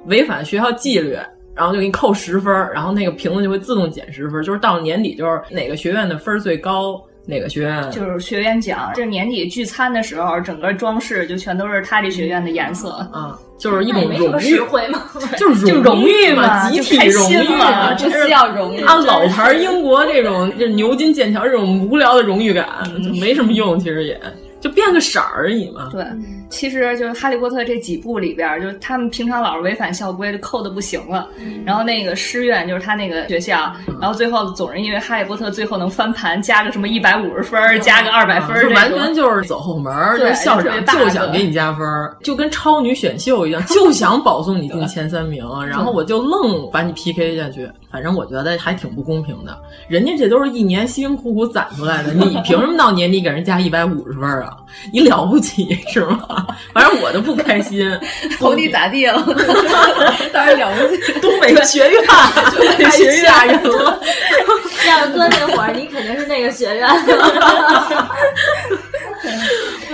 F: 违反学校纪律，然后就给你扣十分，然后那个瓶子就会自动减十分，就是到年底就是哪个学院的分最高，哪个学院
E: 就是学院奖。就是年底聚餐的时候，整个装饰就全都是他这学院的颜色
F: 啊，就是一种荣
G: 誉嘛，
F: 就是
E: 就
F: 荣
E: 誉
F: 嘛，集体荣誉嘛，
H: 这是要荣誉。
F: 按老牌英国这种，这牛津、剑桥这种无聊的荣誉感，没什么用，其实也。就变个色儿而已嘛。
E: 对，其实就是《哈利波特》这几部里边，就是他们平常老是违反校规，就扣的不行了。然后那个师院就是他那个学校，然后最后总是因为《哈利波特》最后能翻盘，加个什么一百五十分儿，加个二百分儿、这
F: 啊就
E: 个，
F: 完全就是走后门儿，
E: 对
F: 就校
E: 就特别
F: 长
E: 霸
F: 就
E: 道
F: 想给你加分儿，就跟超女选秀一 样，就想保送你进前三名，然后我就愣把你 PK 下去。反正我觉得还挺不公平的，人家这都是一年辛辛苦苦攒出来的，你凭什么到年底给人加一百五十分儿啊？你了不起是吗？反正我就不开 心，
H: 头地咋地了？当然了不起，
F: 东北学院，
H: 东
F: 太吓人了。
G: 要搁那会儿，你肯定是那个学院。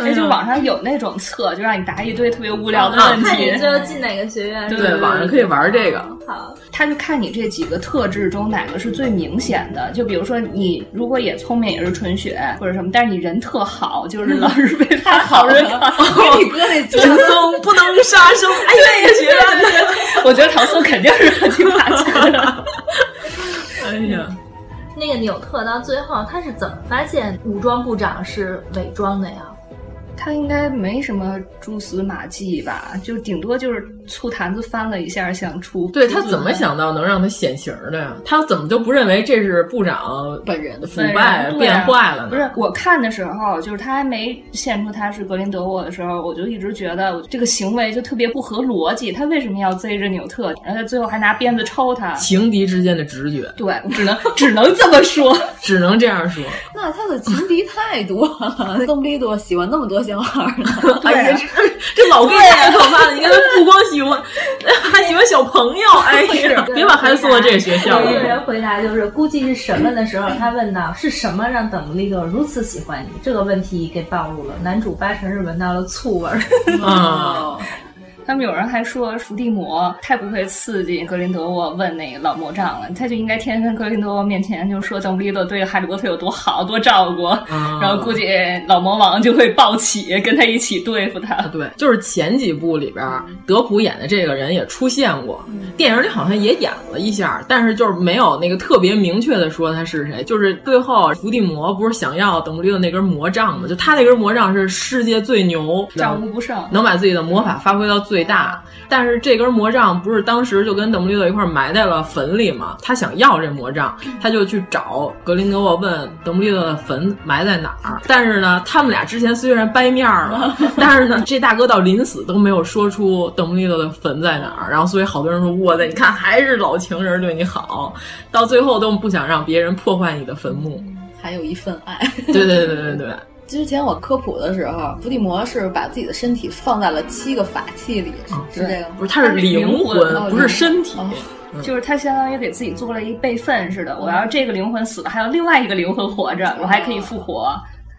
E: 哎，就网上有那种测，就让你答一堆特别无聊的
G: 啊
E: 问
G: 看
E: 题
G: 你，就进哪个学院。
E: 对网上可以玩
F: 这个。
G: 好，
E: 他就看你这几个特质中哪个是最明显的。就比如说，你如果也聪明，也是纯血或者什么，但是你人特好，就是老是被他好人看。
H: 你哥那
F: 唐僧不能杀生，哎呀，也学院的。
E: 我觉得唐僧肯定是很听话的。
F: 哎呀，
G: 那个纽特到最后他是怎么发现武装部长是伪装的呀？
E: 他应该没什么蛛丝马迹吧？就顶多就是醋坛子翻了一下想出。
F: 对他怎么？想到能让他显形的呀？他怎么就不认为这是部长
H: 本人的
F: 腐败变坏了
E: 啊不
F: 呢？
E: 是，我看的时候，就是他还没现出他是格林德沃的时候，我就一直觉得我这个行为就特别不合逻辑。他为什么要 Z 着纽特？然后他最后还拿鞭子抽他。
F: 情敌之间的直觉，
E: 对，我只能只能这 么说。
F: 只能这样说。
H: 那他的情敌太多了，邓布利多喜欢那么多小孩儿呢。
F: 哎呀，这这老公太可怕了！你看他不光喜欢，还喜欢小朋友。哎呀，别把孩子送到这个学校嗯
G: 有一个
F: 里。
G: 人回答就是，估计是什么的时候，他问到是什么让邓布利多如此喜欢你这个问题给暴露了。男主八成是闻到了醋味儿。
F: 啊，
E: 他们有人还说伏地魔太不会刺激格林德沃问那个老魔杖了，他就应该天天跟格林德沃面前就说邓布利多对哈利波特有多好，多照顾，
F: 嗯
E: 然后估计老魔王就会抱起跟他一起对嗯付他。
F: 对，就是前几部里边，德普演的这个人也出现过，
E: 嗯
F: 电影里好像也演了一下，但是就是没有那个特别明确的说他是谁。就是最后伏地魔不是想要邓布利多那根魔杖吗？就他那根魔杖是世界最牛，
E: 战无不胜，
F: 能把自己的魔法发挥到最大。但是这根魔杖不是当时就跟邓布利多一块儿埋在了坟里吗？他想要这魔杖，他就去找格林德沃问邓布利多的坟埋在哪儿。但是呢，他们俩之前虽然掰面儿 了，但是呢，这大哥到临死都没有说出邓布利多的坟在哪儿。然后，所以好多人说：“哇塞，你看还是老情人对你好，到最后都不想让别人破坏你的坟墓。
H: 还有一份爱。”
F: 对对对对对。
H: 之前我科普的时候，伏地魔是把自己的身体放在了七个法器里，是这个吗？
F: 不是，他是灵哦魂，不是身体。
E: 就是他相当于给自己做了一备份似的，我要是这个灵魂死了，还有另外一个灵魂活着，我还可以复活。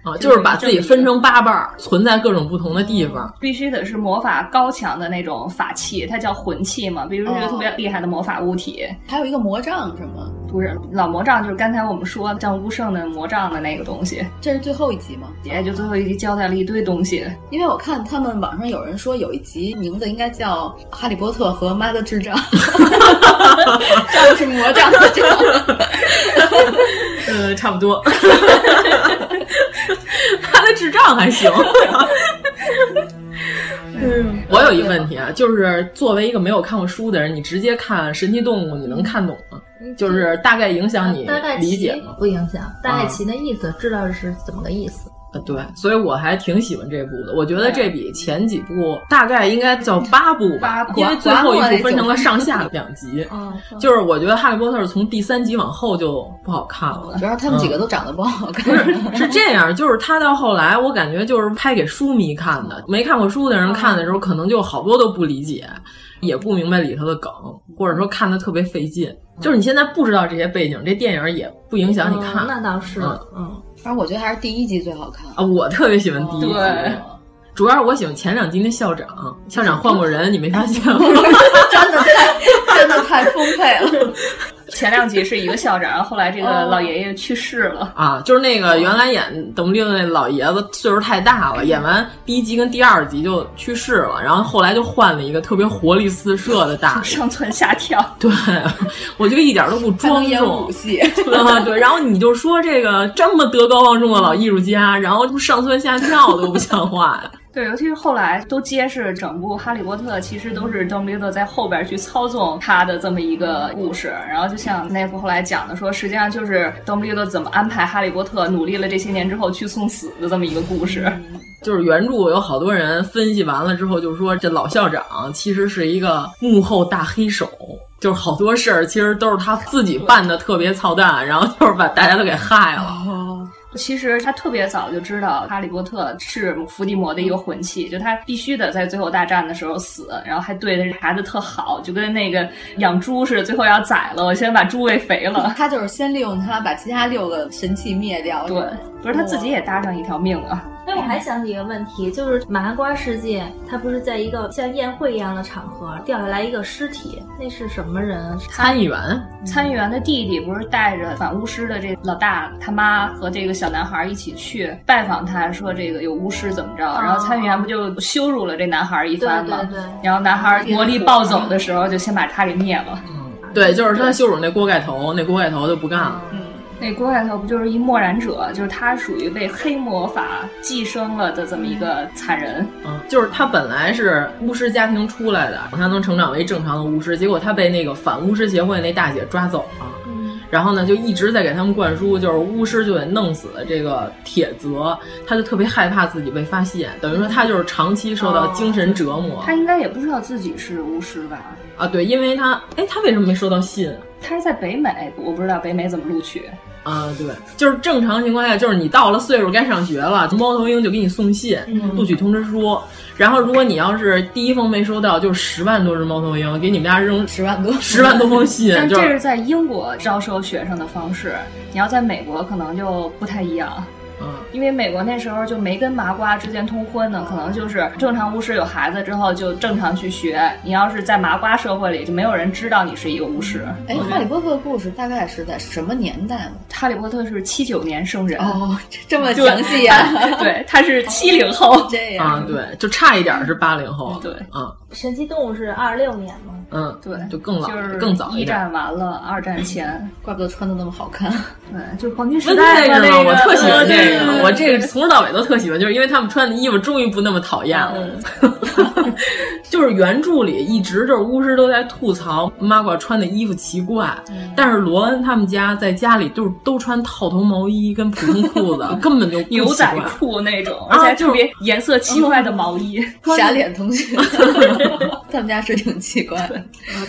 F: 啊，就是把自己分成八瓣儿，存在各种不同的地方。
E: 必须得是魔法高强的那种法器，它叫魂器嘛，比如说一个特别厉害的魔法物体。
H: 还有一个魔杖是吗？
E: 不是老魔杖，就是刚才我们说战无不胜的魔杖的那个东西。
H: 这是最后一集吗？
E: 姐就最后一集交代了一堆东西，
H: 因为我看他们网上有人说有一集名字应该叫《哈利波特和妈的智障》， 杖是魔杖的杖。
F: 呃，差不多。 他的智障还行。 嗯，我有一个问题啊，就是作为一个没有看过书的人，你直接看《神奇动物》，你能看懂吗？就是大概影响你
G: 嗯呃大概
F: 理解
G: 其
F: 吗？
G: 不影响，大概
F: 啊
G: 其那意思知道是怎么个意思。
F: 呃对，所以我还挺喜欢这部的。我觉得这比前几部大概应该叫八部吧，因为最后一部分成了上下两集。
G: 嗯，
F: 就是我觉得《哈利波特》是从第三集往后就不好看了。
H: 主要他们几个都长得不好看。
F: 嗯是这样，就是他到后来，我感觉就是拍给书迷看的，没看过书的人看的时候，可能就好多都不理解，也不明白里头的梗，或者说看的特别费劲。就是你现在不知道这些背景，这电影也不影响你看。
G: 嗯那倒是，
F: 嗯
G: 嗯，
H: 反正我觉得还是第一集最好看。
F: 啊，我特别喜欢第一集。
E: 对
F: 主要是我喜欢前两集那校长， 校长换过人，你没发现吗？
H: 真的太真的太丰沛了。
E: 前两集是一个校长，后来这个老爷爷去世了。
F: 啊，就是那个原来演邓布利多那老爷子岁数太大了，演完第一集跟第二集就去世了，然后后来就换了一个特别活力四射的大
E: 上蹿下跳，
F: 对我觉得一点都不庄
H: 演
F: 重
H: 武。戏，
F: 啊，对，然后你就说这个这么德高望重的老艺术家，然后上蹿下跳的，又不像话呀！
E: 对，尤其是后来都揭示整部《哈利波特》其实都是邓布利多在后边去操纵他的这么一个故事。然后就像那夫后来讲的说，实际上就是邓布利多怎么安排哈利波特努力了这些年之后去送死的这么一个故事。
F: 就是原著有好多人分析完了之后，就说这老校长其实是一个幕后大黑手，就是好多事儿其实都是他自己办的，特别操蛋，然后就是把大家都给害了。
E: 其实他特别早就知道哈利波特是伏地魔的一个魂器，就他必须得在最后大战的时候死，然后还对着孩子特好，就跟那个养猪似的，最后要宰了，我先把猪喂肥了。
H: 他就是先利用他把其他六个神器灭掉。
E: 对，不是他自己也搭上一条命啊。
G: 那我还想起一个问题，就是麻瓜世界，他不是在一个像宴会一样的场合掉下来一个尸体，那是什么人？
F: 参议员
E: 参议员的弟弟不是带着反巫师的这老大他妈和这个小男孩一起去拜访他，说这个有巫师怎么着？然后参议员不就羞辱了这男孩一番吗？
G: 哦对对对
E: 然后男孩魔力暴走的时候，就先把他给灭了。
F: 对，就是他羞辱那锅盖头，那锅盖头就不干了。
E: 那锅盖头不就是一默然者，就是他属于被黑魔法寄生了的这么一个惨人。
F: 嗯，就是他本来是巫师家庭出来的，他能成长为正常的巫师，结果他被那个反巫师协会那大姐抓走了。然后呢，就一直在给他们灌输，就是巫师就得弄死这个铁则，他就特别害怕自己被发现，等于说他就是长期受到精神折磨、
E: 他应该也不知道自己是巫师吧？
F: 啊。对，因为他，哎，他为什么没收到信啊？
E: 他是在北美，我不知道北美怎么录取。
F: 啊，对，就是正常情况下，就是你到了岁数该上学了，猫头鹰就给你送信、
E: 嗯
F: 录取通知书。然后，如果你要是第一封没收到，就是十万多只猫头鹰给你们家扔
H: 十万多
F: 十万多封信，
E: 但
F: 就
E: 这是在英国招收学生的方式，你要在美国可能就不太一样。
F: 嗯，
E: 因为美国那时候就没跟麻瓜之间通婚呢，可能就是正常巫师有孩子之后就正常去学。你要是在麻瓜社会里，就没有人知道你是一个巫师。
F: 嗯
H: 哎，哈利波特故事大概是在什么年代呢？
E: 哈利波特是七九年生人，
H: 哦，这这么
E: 就
H: 详细呀、
E: 他 对，他是七 零后。
H: 这样
F: 啊，对，就差一点是八零后，
E: 嗯对
F: 啊，
G: 神奇动物是二六年吗？
F: 嗯，
E: 对，
F: 就更老，
E: 就是
F: 更早
E: 一
F: 点。
E: 战完了，二战前，
H: 怪不得穿的那么好看。
E: 对，就黄金时
F: 温
E: 代
F: 这
E: 嘛
F: 个
E: 那
F: 呢，
E: 个
F: 我特喜欢
E: 对
F: 这
E: 对对
F: 个，我这个从头到尾都特喜欢，就是因为他们穿的衣服终于不那么讨厌了。
E: 嗯
F: 就是原著里一直就是巫师都在吐槽麻瓜穿的衣服奇怪，
E: 嗯
F: 但是罗恩他们家在家里就是都穿套头毛衣跟普通裤子， 根本就不
E: 牛
F: 奇
E: 仔
F: 怪
E: 裤那种，
F: 啊
E: 而且
F: 就嗯
E: 特别颜色奇怪的 毛衣。
H: 傻脸同学，他们家是挺奇怪的。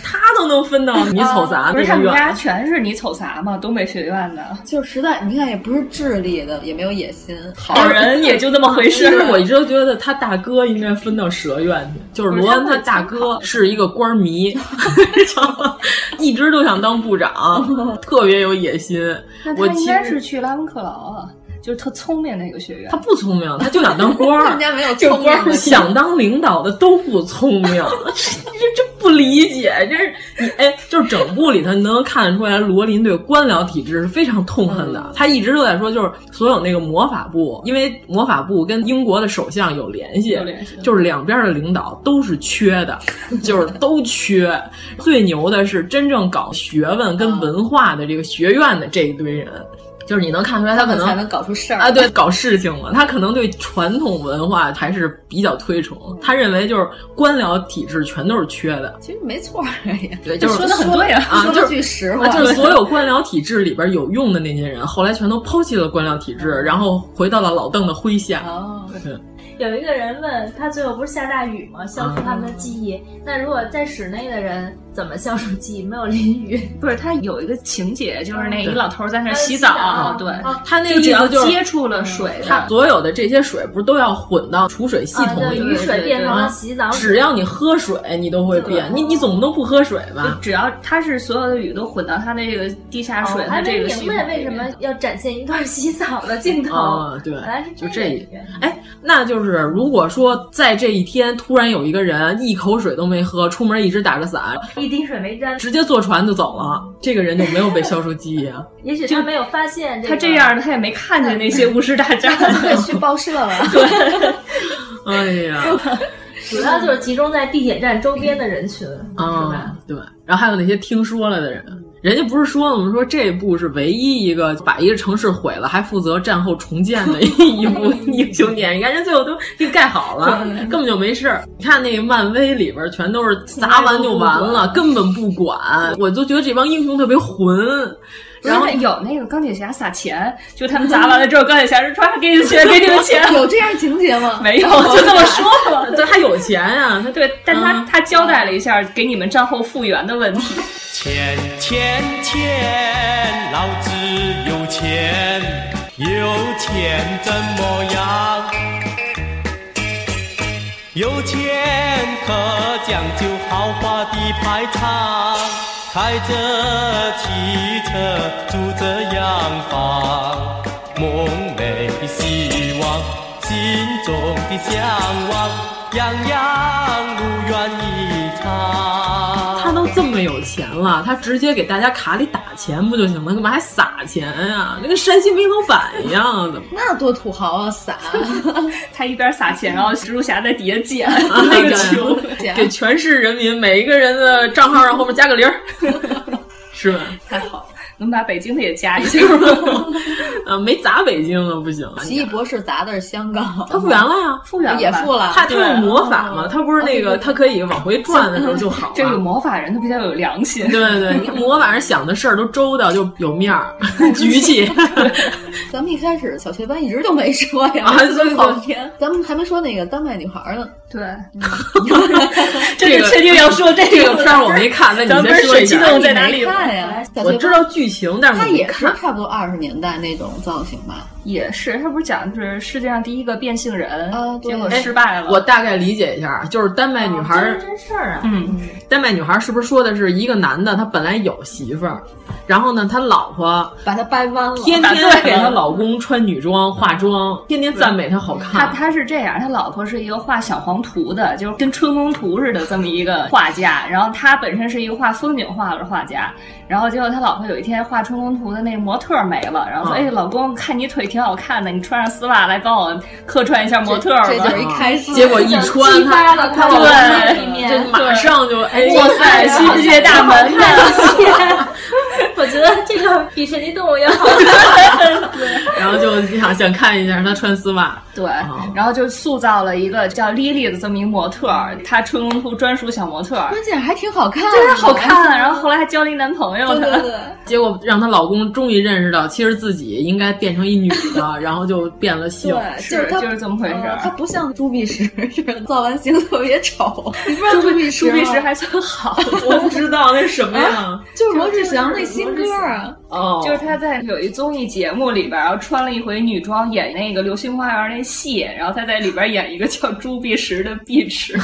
F: 他都能分到 你瞅啥
E: 啊不
F: 那
E: 是他
F: 个
E: 们家
F: 远。
E: 全是你瞅啥嘛，东北学院
F: 哦
E: 的
H: 就是实在，你看也不是智力的，也没有野心，好
E: 好人也就那么 回
F: 其
E: 事
F: 实
E: 儿。
F: 我一直都觉得他大哥应该分到蛇院去，就是罗恩他大哥是一个官 迷， 然后一直都想当部 长，特别有野心。
E: 那
F: 我
E: 他应
F: 其
E: 该
F: 实
E: 是去拉文克劳啊，就是特聪明的一个学院
F: 他。不聪明，他就想当官
H: 他们
F: 儿。
H: 家没有聪明的
F: 想当领导的都不聪明，这这不理解，这是你哎，就是整部里头你能看得出来，罗琳对官僚体制是非常痛恨的。
H: 嗯
F: 他一直都在说，就是所有那个魔法部，因为魔法部跟英国的首相有联系，
E: 有联系
F: 就是两边的领导都是缺的， 就是都缺。最牛的是真正搞学问跟
H: 嗯
F: 文化的这个学院的这一堆人。就是你能看出来，他可能
H: 才能搞出事儿
F: 啊，对，搞事情嘛，他可能对传统文化还是比较推崇，他认为就是官僚体制全都是缺的，
H: 其实没错儿哎呀。
F: 对，就是
E: 说得很对啊
F: 啊，
H: 说
F: 就
H: 了
F: 是
H: 句实话，
F: 啊，就是 所有官僚体制里边有用的那些人，后来全都抛弃了官僚体制，然后回到了老邓的麾
E: 啊
F: 下。
H: 哦，
F: 对
G: 有一个人问他，最后不是下大雨
E: 嗯
G: 吗？消除他们的记忆。那如果在室内的人怎么消除记忆？没有淋雨，
E: 不是，他有一个情节，就是那一
F: 嗯对
E: 老头在那儿洗
G: 啊
E: 澡，
G: 洗
E: 对
G: 澡，啊
F: 他那
E: 就
F: 个
E: 只
F: 意
E: 要
F: 思就是嗯啊
E: 接触了水的，
F: 他所有的这些水不是都要混到储水系
G: 啊
F: 统
G: 对
F: 里
G: 雨
F: 吗？
G: 水变成
F: 啊
G: 了洗澡水。
F: 只要你喝水，你都会变。你你总不能不喝水吧
E: 就？只要他是所有的雨都混到他的这个地
H: 哦
E: 下水
G: 我
E: 的
G: 还
E: 这
G: 没
E: 个
G: 明
E: 系
G: 白
E: 统
G: 为
E: 里
G: 什么
E: 面。
G: 要展现一段洗澡的镜头。
E: 哦
F: 啊，对
G: 原来是，
F: 就
G: 这
F: 这
G: 个原因
F: 哎，那就是是，如果说在这一天突然有一个人一口水都没喝，出门一直打着伞，
G: 一滴水没沾，
F: 直接坐船就走了，这个人就没有被消除记忆啊。
G: 也许他没有发现、这个，
E: 他这 样他也没看见那些巫师大战，
H: 对，去报社了。
E: 对，
F: 哎呀。
G: 主要就是集中在地铁站周边的人群，
F: 啊、
G: 嗯，
F: 对，然后还有那些听说了的人，人家不是说了吗？说这部是唯一一个把一个城市毁了还负责战后重建的一部 英雄电影，你看人最后都给盖好了，根本就没事儿。你看那个漫威里边全都是砸完就完了，根本不管，我就觉得这帮英雄特别混。然后
E: 有那个钢铁侠撒钱，就他们砸完了之后，钢铁侠说：“抓，给你 们钱，给你们钱。”
H: 有这样情节吗？
E: 没有，就这么说了。
F: 对，他有钱呀、啊，他
E: 对，但他、嗯、他交代了一下给你们战后复原的问题。
I: 钱钱钱，老子有钱，有钱怎么样？有钱可讲究豪华的排场。开着汽车，住着洋房，梦寐的希望，心中的向往，样样如愿以
E: 哦
I: 偿。
F: 他都这么有钱了，他直接给大家卡里打钱不就行了？干嘛还撒钱呀、啊？那跟山西煤老板一样啊的。
H: 那多土豪啊！ 撒，
E: 他一边撒钱，然后蜘蛛侠在底下捡啊 那个啊球，
H: 啊
F: 给全市人民每一个人的账号上后面加个零。是吧？
E: 太好了，能把北京的也加一 下。
F: 啊，没砸北京啊，不行。
H: 奇异博士砸的是香港，
F: 他复原了呀，
E: 复原
H: 也复了。
F: 他他
E: 啊
F: 有魔法
E: 哦
F: 嘛？他不是那个，他可以往回转的时候就好。
E: 嗯这个魔法人他比较有良心。
F: 对对对，魔法人想的事儿都周到，就有面 儿，局气。
H: 咱们一开始小学班一直都没说呀， 跑偏。咱们还没说那个丹麦女孩呢。
E: 对，这个确定要说这
F: 个片儿我没看，那你
E: 先
F: 说一啊
E: 下。激动在哪里？
H: 看哎呀，
F: 我知道剧情，但是
H: 它也是
F: 看
H: 差不多二十年代那种造型吧。
E: 也是，他不是讲就是世界上第一个变性人，啊、结果失败了。
F: 我大概理解一下，啊就是丹麦女孩、
G: 啊、真事儿啊。
F: 嗯，丹麦女孩是不是说的是一个男的，他本来有媳妇儿，然后呢，他老婆
H: 把他掰弯了，
F: 天天给他老公穿女装、化妆，天天赞美他好看。
E: 他他是这样，他老婆是一个画小黄图的，就是跟春宫图似的这么一个画家，然后他本身是一个画风景画的画家，然后结果他老婆有一天画春宫图的那模特没了，然后说：“嗯、哎，老公，看你腿。”挺好看的，你穿上丝袜来帮我客串一下模特吧。
H: 这就是一开始，
F: 啊结果一穿
G: 他，
F: 哎
G: 对，
F: 就马上就哎，
E: 哇塞，新世界大门呐！
G: 我觉得这个比水泥动 物要好
F: 看。然后就想想看一下他穿丝袜，
E: 对，
F: 哦
E: 然后就塑造了一个叫 Lily 的这么一模特，她春宫图专属小模特，
F: 嗯
H: 关键还挺好看，
E: 真的好看。啊然后后来还交了一男朋友，
H: 对对。
F: 结果让她老公终于认识到，其实自己应该变成一女。 的，然后就嗯变了性，
E: 是就是这么回事。
H: 他不像朱碧石， 是造完型特别丑。你不知道
E: 朱
H: 碧
E: 石，朱碧石还算好，
F: 啊 我不知道那是什么哎呀？
H: 就是罗志祥那新歌啊，
F: 哦，
E: 啊就是他在有一综艺节目里边，然后穿了一回女装，演那个《流星花园》那戏，然后他在里边演一个叫朱碧石的碧 池。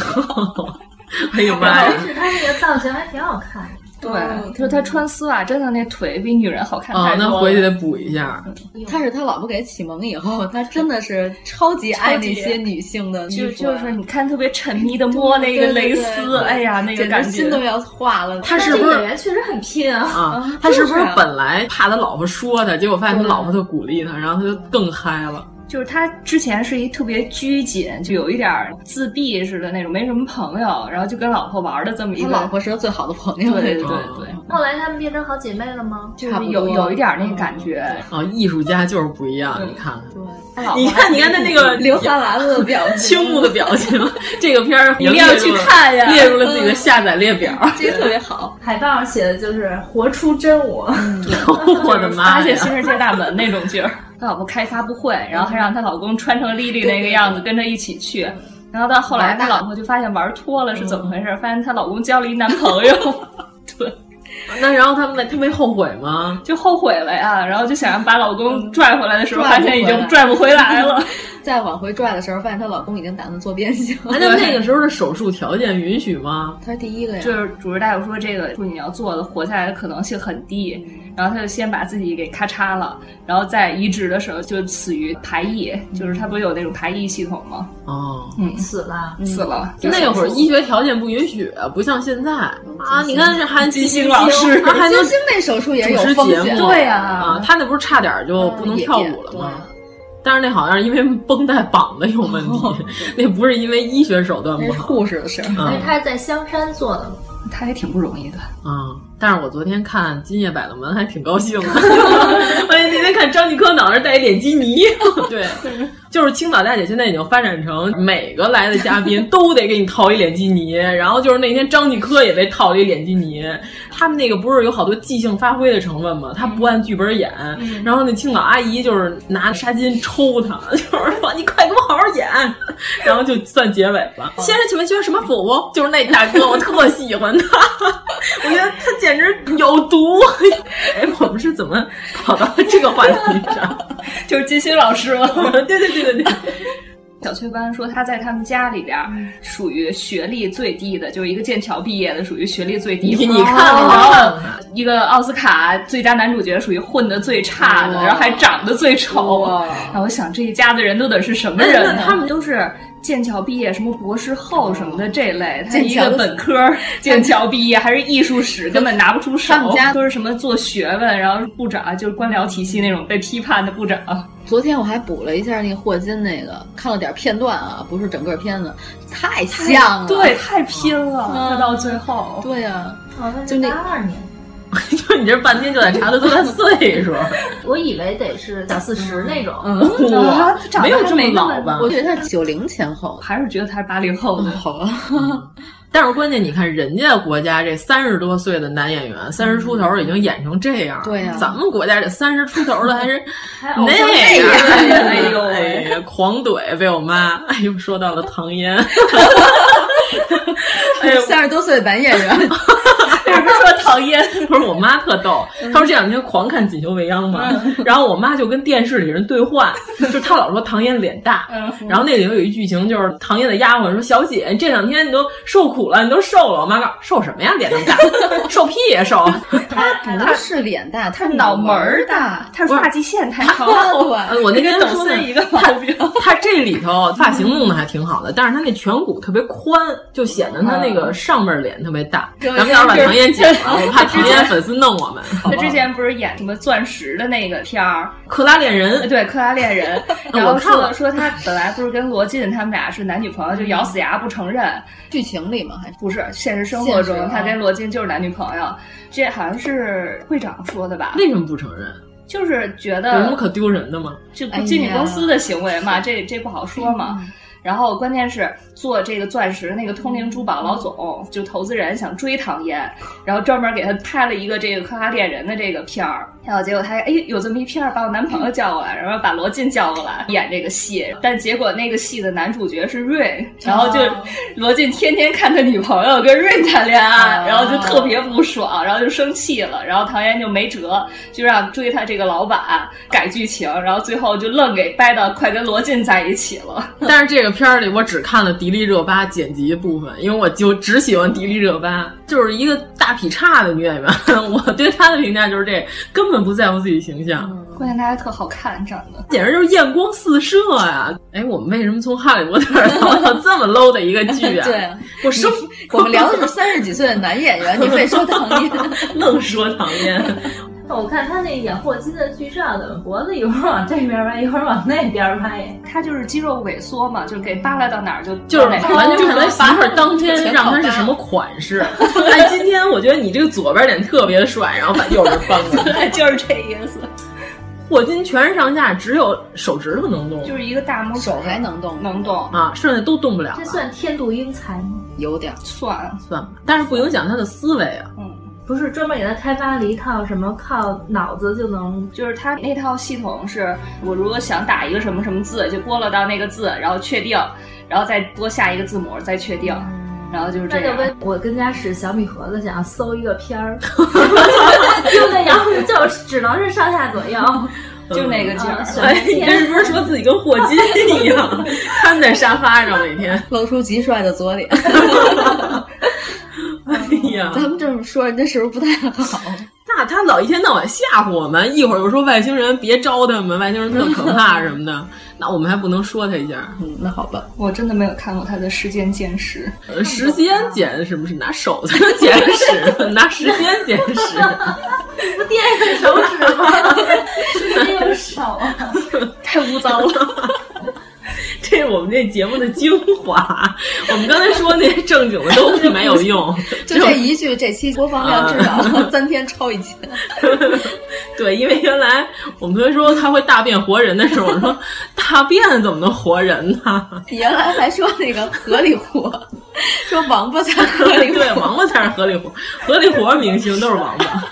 F: 哎呦妈呀！
G: 但是他那个造型还挺好看的。
E: 对，就是他穿丝袜，真的那腿比女人好看太
F: 多哦了。那回去得补一下。
H: 他是他老婆给启蒙以后，他真的是超级爱那些女啊性的，
E: 就就是你看特别沉迷的摸那个蕾丝，哎呀，那个感觉
H: 心都要化了。
F: 他是不是
G: 演员确实很拼
F: 啊？他是不是本来怕他老婆说他，结果发现他老婆特鼓励他，然后他就更嗨了。
E: 就是他之前是一特别拘谨，就有一点自闭似的那种，没什么朋友，然后就跟老婆玩的这么一个。
H: 他老婆是他最好的朋友，
E: 对对对对。
G: 后来他们变成好姐妹了吗？
E: 就是有有一点那感觉。
F: 啊，艺术家就是不一
E: 嗯
F: 样，你看
G: 看。
F: 你看，你看他那个
H: 刘三娃子的表
F: 情，青木的表情， 这个片儿
E: 一定要去看呀，
F: 列入了自己的下载列表，
H: 这特别好。
G: 海报写的就是“活出真我”，
F: 我的妈呀！
E: 嗯发现新世界大门那种劲儿。 她老婆开发布会，然后还让她老公穿成莉莉那个样子跟着一起去，然后到后来她老婆就发现玩脱了是怎么回事？嗯、发现她老公交了一男朋友，对。
F: 那然后他们她没后悔吗？
E: 嗯 就后悔了呀，然后就想把老公拽回来的时候，发现已经拽不回来了。
H: 再往回拽的时候，发现她老公已经打算做变性。
F: 啊
G: 啊
F: 那那 个时候的手术条件允许吗？
H: 她是第一个呀。
E: 就是主治大夫说这个处女要做的活下来的可能性很低，然后她就先把自己给咔嚓了，然后在移植的时候就死于排异，就是她不是有那种排异系统吗？
F: 哦，
E: 嗯，
G: 死了，
E: 死了。
F: 那会儿医学条件不允许，不像现在啊！你看这韩
E: 金星老师，
F: 啊还能
H: 金星那手术也有
F: 主持
H: 风
F: 节
H: 险，
F: 目，
E: 对呀
F: 啊，他那不是差点就不能跳舞了吗？但是那好像是因为绷带绑的有问题， 那不是因为医学手段
H: 那
F: 不
H: 是
F: 好。
H: 护士的事儿。
F: 嗯
G: 因为他是在香山做的嘛。
E: 她还挺不容易的。
F: 嗯，但是我昨天看《今夜百乐门》还挺高兴的。 哎，那天看张继科脑袋带一脸基 尼，对，就是青岛大姐现在已经发展成每个来的嘉宾都得给你套一脸基尼，然后就是那天张继科也被套了一脸基尼。他们那个不是有好多即兴发挥的成分吗？他不按剧本演，然后那青岛阿姨就是拿纱巾抽他， 就是说你快给我好好演，然后就算结尾了。先生，请问需要什么服务？就是那大哥，我特喜欢他。我觉得他简直有毒！哎，我们是怎么跑到这个话题上？
E: 就是金星老师了。
F: 对对对对对，
E: 小崔刚才说他在他们家里边儿属于学历最低的，就是一个剑桥毕业的，属于学历最低的。
F: 你你看看
E: 然 后一个奥斯卡最佳男主角属于混的最差的，
F: 哇
E: 然后还长得最丑
F: 哇。
E: 然后我想这一家子人都得是什么
F: 那
E: 人
F: 那
E: 呢？
F: 他
E: 们都是。剑桥毕业，什么博士后什么的这类，他
H: 剑
E: 一
H: 桥
E: 个哦本科，剑桥毕业还是艺术史，根本拿不出手。
H: 他们家
E: 都是什么做学问，然后部长啊就是官僚体系那种被批判的部长。
H: 昨天我还补了一下那个霍金那个，看了点片段啊，不是整个片子，太像了。
E: 对，太拼了，
H: 嗯
E: 他到最后。
H: 对呀、
G: 哦，那
H: 就是那
G: 八二年，
F: 就你这半天就得查得出他岁数，
G: 我以为得是小四十那种。
H: 嗯
F: 嗯哇，
E: 嗯啊长得
F: 没有这
E: 还
F: 么
E: 没那么
F: 老吧？
H: 我觉得他是九零前后，
E: 还是觉得他是八零后的，
H: 好吧。嗯
F: 但是关键，你看人家国家这三十多岁的男演员，三十出头已经演成这样，
H: 对啊呀
F: 咱们国家这三十出头的还是
G: 偶
H: 嗯
F: 那
G: 像
F: 样，
E: 哎呦
F: 哎
E: 喂
F: 呀，狂怼被我妈， 哎呦，说到了唐 嫣，哎呦，
H: 三十多岁的男演 员，
E: 为什么说唐嫣？嗯
F: 不是我妈特逗，她说这两天狂看《锦绣未央》嘛，然后我妈就跟电视里人对 话，就是她老说唐嫣脸大，
E: 嗯
F: 然后那里头有一剧情就是唐嫣的丫鬟说：“小姐，你这两天你都受苦了，你都瘦了。”我妈告诉我瘦什么呀，脸那 么大，瘦屁也瘦。
H: 他不是脸大，他
E: 哎他
H: 是
E: 脑门
H: 门
E: 儿
H: 大
E: 大，。他是发际线太高
H: 不
E: 了。
H: 啊
F: 呃我那天
E: 跟
F: 说
E: 抖森一个毛 病，
F: 她这里头发型弄得还挺好的，但是她那颧骨特别宽，就显得她那
E: 嗯
F: 个上面脸特别大。
H: 嗯
F: 咱们要是把唐嫣剪 了，我怕唐嫣粉丝弄我们。
E: 他之前不是演什么钻石的那个片儿，呃
F: 克拉恋人，，
E: 对《克拉恋人》然后
F: 哎我看了
E: 说说他本来不是跟罗晋他们俩是男女朋友，就咬死牙不承认，
H: 剧情里吗？还是
E: 不是现实生活
H: 现实
E: 中
H: 啊
E: 他跟罗晋就是男女朋友，这好像是会长说的吧？
F: 为什么不承认？
E: 就是觉
F: 有什么
E: 得
F: 可丢人的吗？
E: 这
H: 哎
E: 不
H: 呀嗯
E: 经纪公司的行为嘛，这这不好说嘛。 然后关键是做这个钻石那个通灵珠宝老总，就投资人想追唐嫣，然后专门给他拍了一个这个《克拉恋人》的这个片儿，然后结果他哎有这么一片儿，把我男朋友叫过来，然后把罗晋叫过来演这个戏，但结果那个戏的男主角是 Rain，然 后就罗晋天天看他女朋友跟 Rain 谈恋爱，然后就特别不爽，然后就生气了，然后唐嫣就没辙，就让追他这个老板改剧情，然后最后就愣给掰到快跟罗晋在一起了。
F: 但是这个片儿里，我只看了迪丽热巴剪辑部分，因为我就只喜欢迪丽热巴，就是一个大劈叉的女演员。 我对她的评价就是这，根本不在乎自己形象，
E: 关键他还特好看，长得。
F: 简直就是艳光四射呀、哎，我们为什么从《哈利波特》聊到这么 low 的一个剧啊？
H: 对，
F: 我生
H: 我们聊的是三十几岁的男演员，你非说唐 嫣。
F: 愣说唐嫣，
G: 我看他那演霍金的剧照，怎么脖子一会儿往这边歪，一会儿往那边歪呀？
E: 他就是肌肉萎缩嘛，就是给扒拉到哪儿就
F: 就是
E: 哪
F: 完全看他媳妇儿当天让他是什么款式。哎，今天我觉得你这个左边脸特别帅，然后把右边翻过来，
E: 儿， 就是这意思，
F: 霍金全身上下只有手指头能动。
E: 就是一个大拇指
H: 手还能动，
E: 能动，
F: 啊，剩下都动不了
G: 这
F: 了，
G: 算天妒英才吗？
H: 有点儿。
E: 算
F: 算吧。但是不影响他的思维啊。
E: 嗯，
G: 不是专门给他开发了一套什么靠呃脑子就能
E: 就是他那套系统是，我如果想打一个什么什么字，就拨拉到那个字，然后确定，然后再拨下一个字母，再确定，然后就是这
G: 那就
E: 样。
G: 跟我跟家使小米盒子，想要 搜一个片儿，就那样，就只能是上下左右。
E: 就那个劲儿。
F: 哎，你这是不是说自己跟霍金一样，瘫在沙发上每天，
H: 露 出极帅的左脸？
F: 哎呀，
H: 咱们这么说，人家是不是不太好？
F: 那他老一天到晚吓唬我们，一会儿又说外星人别招他们，外星 人特可怕什么的，那我们还不能说他一下？
H: 嗯，那好吧，
E: 我真的没有看过他的时间简史。
F: 呃，时间简是不是拿手才能简史？拿时间简史？
G: 不垫着手指吗？时间用手啊，
E: 太污糟了。
F: 这是我们这节目的精华。我们刚才说那些正经的都没有用，
H: 就这一句，这期播放量 至少三天超一千。
F: 对，因为原来我们同学说他会大便活人的时候，我 说大便怎么能活人呢？
H: 你原来还说那个河里活，说王八才河里活，
F: 对，王八才是河里活，河里活明星都是王八。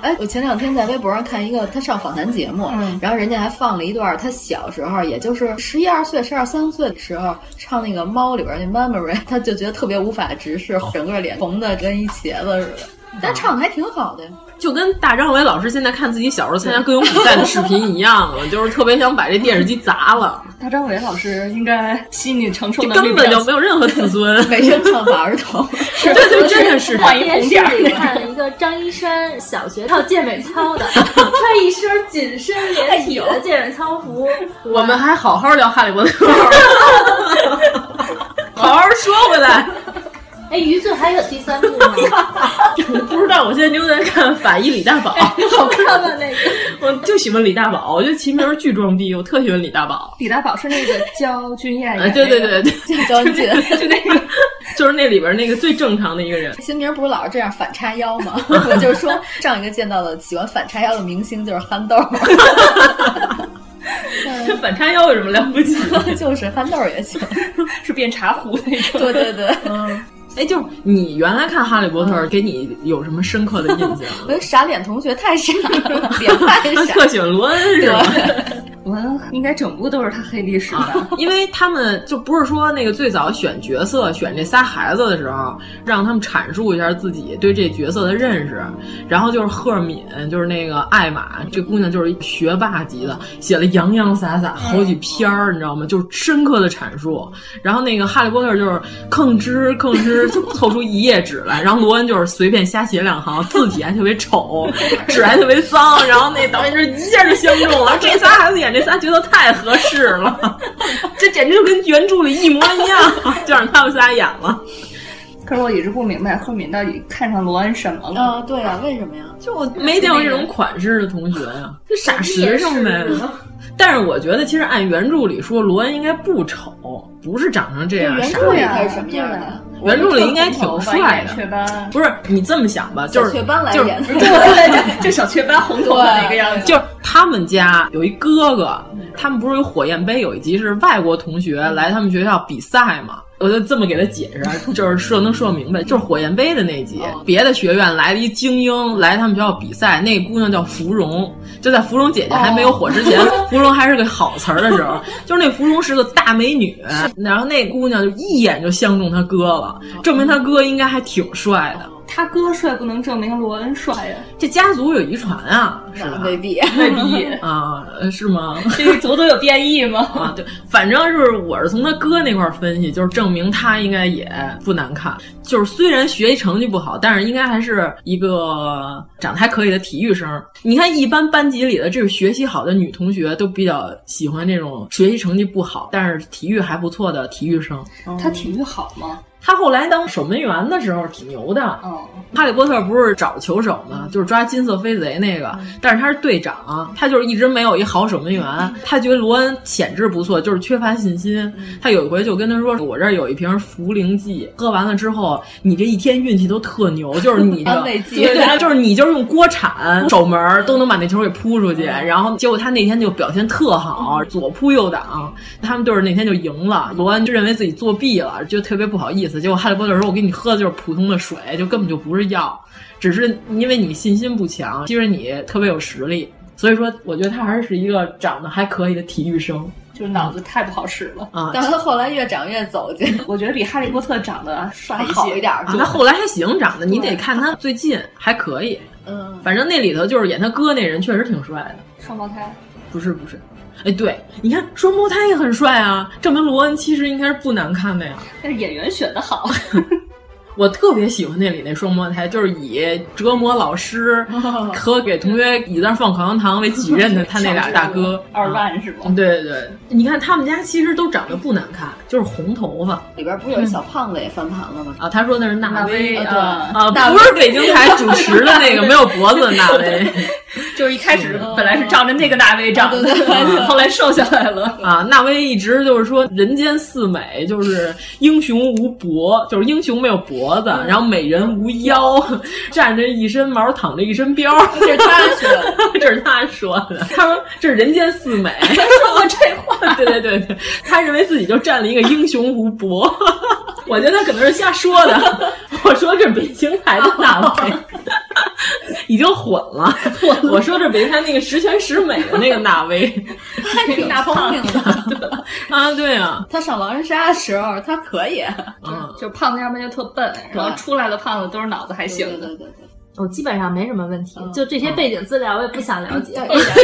H: 哎，我前两天在微博上看一个他上访谈节目，嗯、然后人家还放了一段他小时候，也就是十一二岁、十二三岁的时候唱那个《猫》里边那 Memory，他 就觉得特别无法直视，整个脸红的跟一茄子似的，但唱的还挺好的。
F: 就跟大张伟老师现在看自己小时候参加歌咏比赛的视频一样 了，就是特别想把这电视机砸了。
E: 大张伟老师应该心理承受能
F: 力根本就没有任何自 尊，
H: 没人唱法儿 童，
F: 对对，真的是
E: 换一红点
G: 儿。看了一个张一山小学跳健美操 的，穿一身紧身连体
E: 哎
G: 的健美操服。
F: 我们还好好聊《哈利波 特》，好好说回来。
G: 哎，余罪还有第三部吗？
F: 不知 道，我现在就在看《法医李大宝》哎，
G: 好看吗？那个，
F: 我就喜欢李大宝，我觉得齐名巨装逼，我特喜欢李大宝。
E: 李大宝是那个焦俊艳
F: 演，呃 对对对
H: 对，焦俊，
F: 就那个，就是那里边那个最正常的一个人。
H: 秦明不是老是这样反叉腰吗？我就说上一个见到的喜欢反叉腰的明星就是憨豆。
E: 嗯
F: 这反叉腰有什么了不起？
H: 就是憨豆也行，
E: 是变茶壶那种。
H: 对对 对，
F: 嗯。 哎，就是你原来看《哈利波特》，
E: 嗯
F: 给你有什么深刻的印象？
H: 我觉得傻脸同学太傻了， 脸太傻。
F: 特喜欢罗恩是吧？
E: 罗恩应该整部都是他黑历 史吧？
F: 因为他们就不是说那个最早选角色选这仨孩子的时候，让他们阐述一下自己对这角色的认识。然后就是赫尔敏，就是那个艾玛这姑娘，就是学霸级的，写了洋洋洒洒好几篇儿，你知道吗？就是深刻的阐述。然后那个《哈利波特》就是吭哧吭哧。就透出一页纸来，然后罗恩就是随便瞎写两行，字体还特别丑，纸还特别脏，然后那导演就一下就相中了，这仨孩子演这仨角色太合适了，这简直就跟原著里一模一样，就让他们仨演了。
E: 可是我一直不明白赫敏到底看上罗恩什么了？
H: 啊、哦，对啊，为什么呀？
F: 就我没见过这种款式的同学呀、啊，就傻实诚呗。但是我觉得，其实按原著里说，罗恩应该不丑，不是长成这样。
H: 原著里他是什么样的？
F: 原著里应该挺帅的。不是你这么想吧？就是
H: 雀斑来演，
E: 就小雀斑红头发那个样子。嗯
F: 就是他们家有一哥哥，他们不是有火焰杯有一集是外国同学来他们学校比赛嘛？我就这么给他解 释，啊就是说能说明白，就是火焰杯的那集，
E: 哦
F: 别的学院来了一精英来他们学校比赛，那姑娘叫芙蓉，就在芙蓉姐姐还没有火之前，
E: 哦
F: 芙蓉还是个好词儿的 时候，就是那芙蓉是个大美女，然后那姑娘就一眼就相中他哥了，
E: 哦
F: 证明他哥应该还挺帅的。
E: 他哥帅不能证明罗恩帅呀、啊，
F: 这家族有遗传啊，是吧？
H: 未必，
E: 未必
F: 啊，是吗？
E: 这个族都有变异吗？
F: 啊，对，反正就是我是从他哥那块分析，就是证明他应该也不难看，就是虽然学习成绩不好，但是应该还是一个长得还可以的体育生。你看，一般班级里的这个学习好的女同学都比较喜欢这种学习成绩不好，但是体育还不错的体育生。
E: 嗯、他体育好吗？
F: 他后来当守门员的时候挺牛的。
E: 嗯
F: 哦，哈利波特不是找球手吗？就是抓金色飞贼那
H: 嗯
F: 个，但是他是队长，他就是一直没有一好守门员。
H: 嗯
F: 他觉得罗恩潜质不错，就是缺乏信心。
H: 嗯
F: 他有一回就跟他说：“我这儿有一瓶茯苓剂，喝完了之后，你这一天运气都特牛，就是你
H: 安慰剂，
F: 对，就是你就是用锅铲守门都能把那球给扑出去。”
H: 嗯
F: 然后结果他那天就表现特好，左扑右挡，他们队那天就赢了。罗恩就认为自己作弊了，就特别不好意思。结果哈利波特说：“我给你喝的就是普通的水，就根本就不是药，只是因为你信心不强，其实你特别有实力。所以说，我觉得他还是一个长得还可以的体育生。”
E: 就是脑子太不好使了。
F: 啊
H: 但他后来越长越走
G: 嗯
H: 近，
E: 我觉得比哈利波特长得帅
H: 还好一点儿
F: 啊，他后来还行长得，你得看他最近还可以。
H: 嗯，
F: 反正那里头就是演他哥那人确实挺帅的，
E: 双胞胎。
F: 不是不是。哎，对，你看双胞胎也很帅啊，证明罗恩其实应该是不难看的呀。
E: 但是演员选的好，
F: 我特别喜欢那里那双胞胎，就是以折磨老师和给同学椅子上放口香糖为己任的他那俩大哥嗯
E: 二万是吗？
F: 对对，你看他们家其实都长得不难看，就是红头发
H: 里边不是有一小胖子也翻盘了吗？
F: 啊。他说那是纳威
H: 纳威
F: 啊
H: 啊
F: 啊，
H: 对纳威
F: 不是北京台主持的那 个没有脖子的纳威
E: 就是一开始本来是仗着那个大卫长的，
H: 对对对
E: 后来瘦下来了。
F: 啊。纳威一直就是说人间四美，就是英雄无脖，就是英雄没有脖子，
E: 嗯
F: 然后美人无腰，站着一身毛，躺着一身膘。
H: 这是他说的，
F: 这是他说的，他说这是人间四 美，说过这话，对对对对，他认为自己就占了一个英雄无伯，我觉得他可能是瞎说的，我说这是北京台的大卫。已经混了，我我说这北京台那个十全十美的那个纳威
H: 他挺聪明的。
F: 啊，对啊，
H: 他上狼人杀的时候，他可 以，
F: 嗯，
E: 就是胖子要么就特笨，然后出来的胖子都是脑子还行的。
H: 对对对
G: 我基本上没什么问题，就这些背景资料我也不想了解，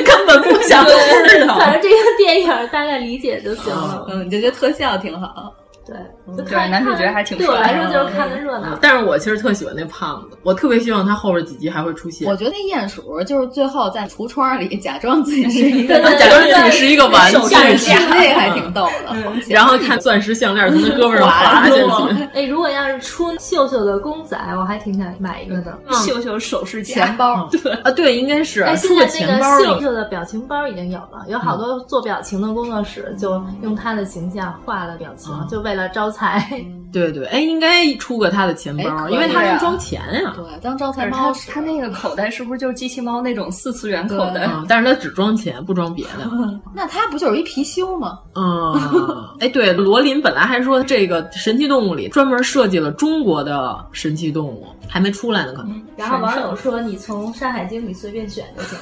F: 根本不想知道。
G: 反正这个电影大概理解就行了。
H: 嗯，你就觉得特效挺好。
G: 对，
E: 嗯对男主角还挺帅
G: 对
E: 嗯
G: 我来说就是看个热闹。
F: 但是我其实特喜欢那胖子，我特别希望他后边几集还会出
G: 嗯
F: 现。
H: 我觉得那鼹鼠就是最后在橱窗里假装自己是一个
G: 对对对
F: 假装自己是一个玩具
H: 手，架子那还挺逗的。
G: 嗯
F: 然后看钻石项链从他胳膊上滑下去。
G: 哎，如果要是出秀秀的公仔，我还挺想买一个的。
E: 嗯秀秀首饰夹
H: 钱
G: 嗯
H: 包，
F: 啊，对，应该是
E: 哎
G: 但
F: 出
G: 现
F: 个
G: 在
F: 钱
G: 那
F: 包
G: 个秀
F: 里。
G: 秀的表情包已经有了，有好多做表情的工作室就用他的形象画了表情，就为了招财。
F: 对对，哎，应该出个他的钱
H: 哎
F: 包，
H: 可以
F: 因为他
H: 啊
F: 能装钱呀。
H: 对，当招财
E: 但是
H: 猫
E: 他
H: 使
E: 他那个口袋是不是就是机器猫那种四次元口袋？
F: 嗯，但是他只装钱，不装别的。
H: 那他不就是一貔貅吗？
F: 嗯，哎，对，罗琳本来还说这个神奇动物里专门设计了中国的神奇动物，还没出来呢，可能。
G: 然后网友说：“你从《山海经》里随便选就行。”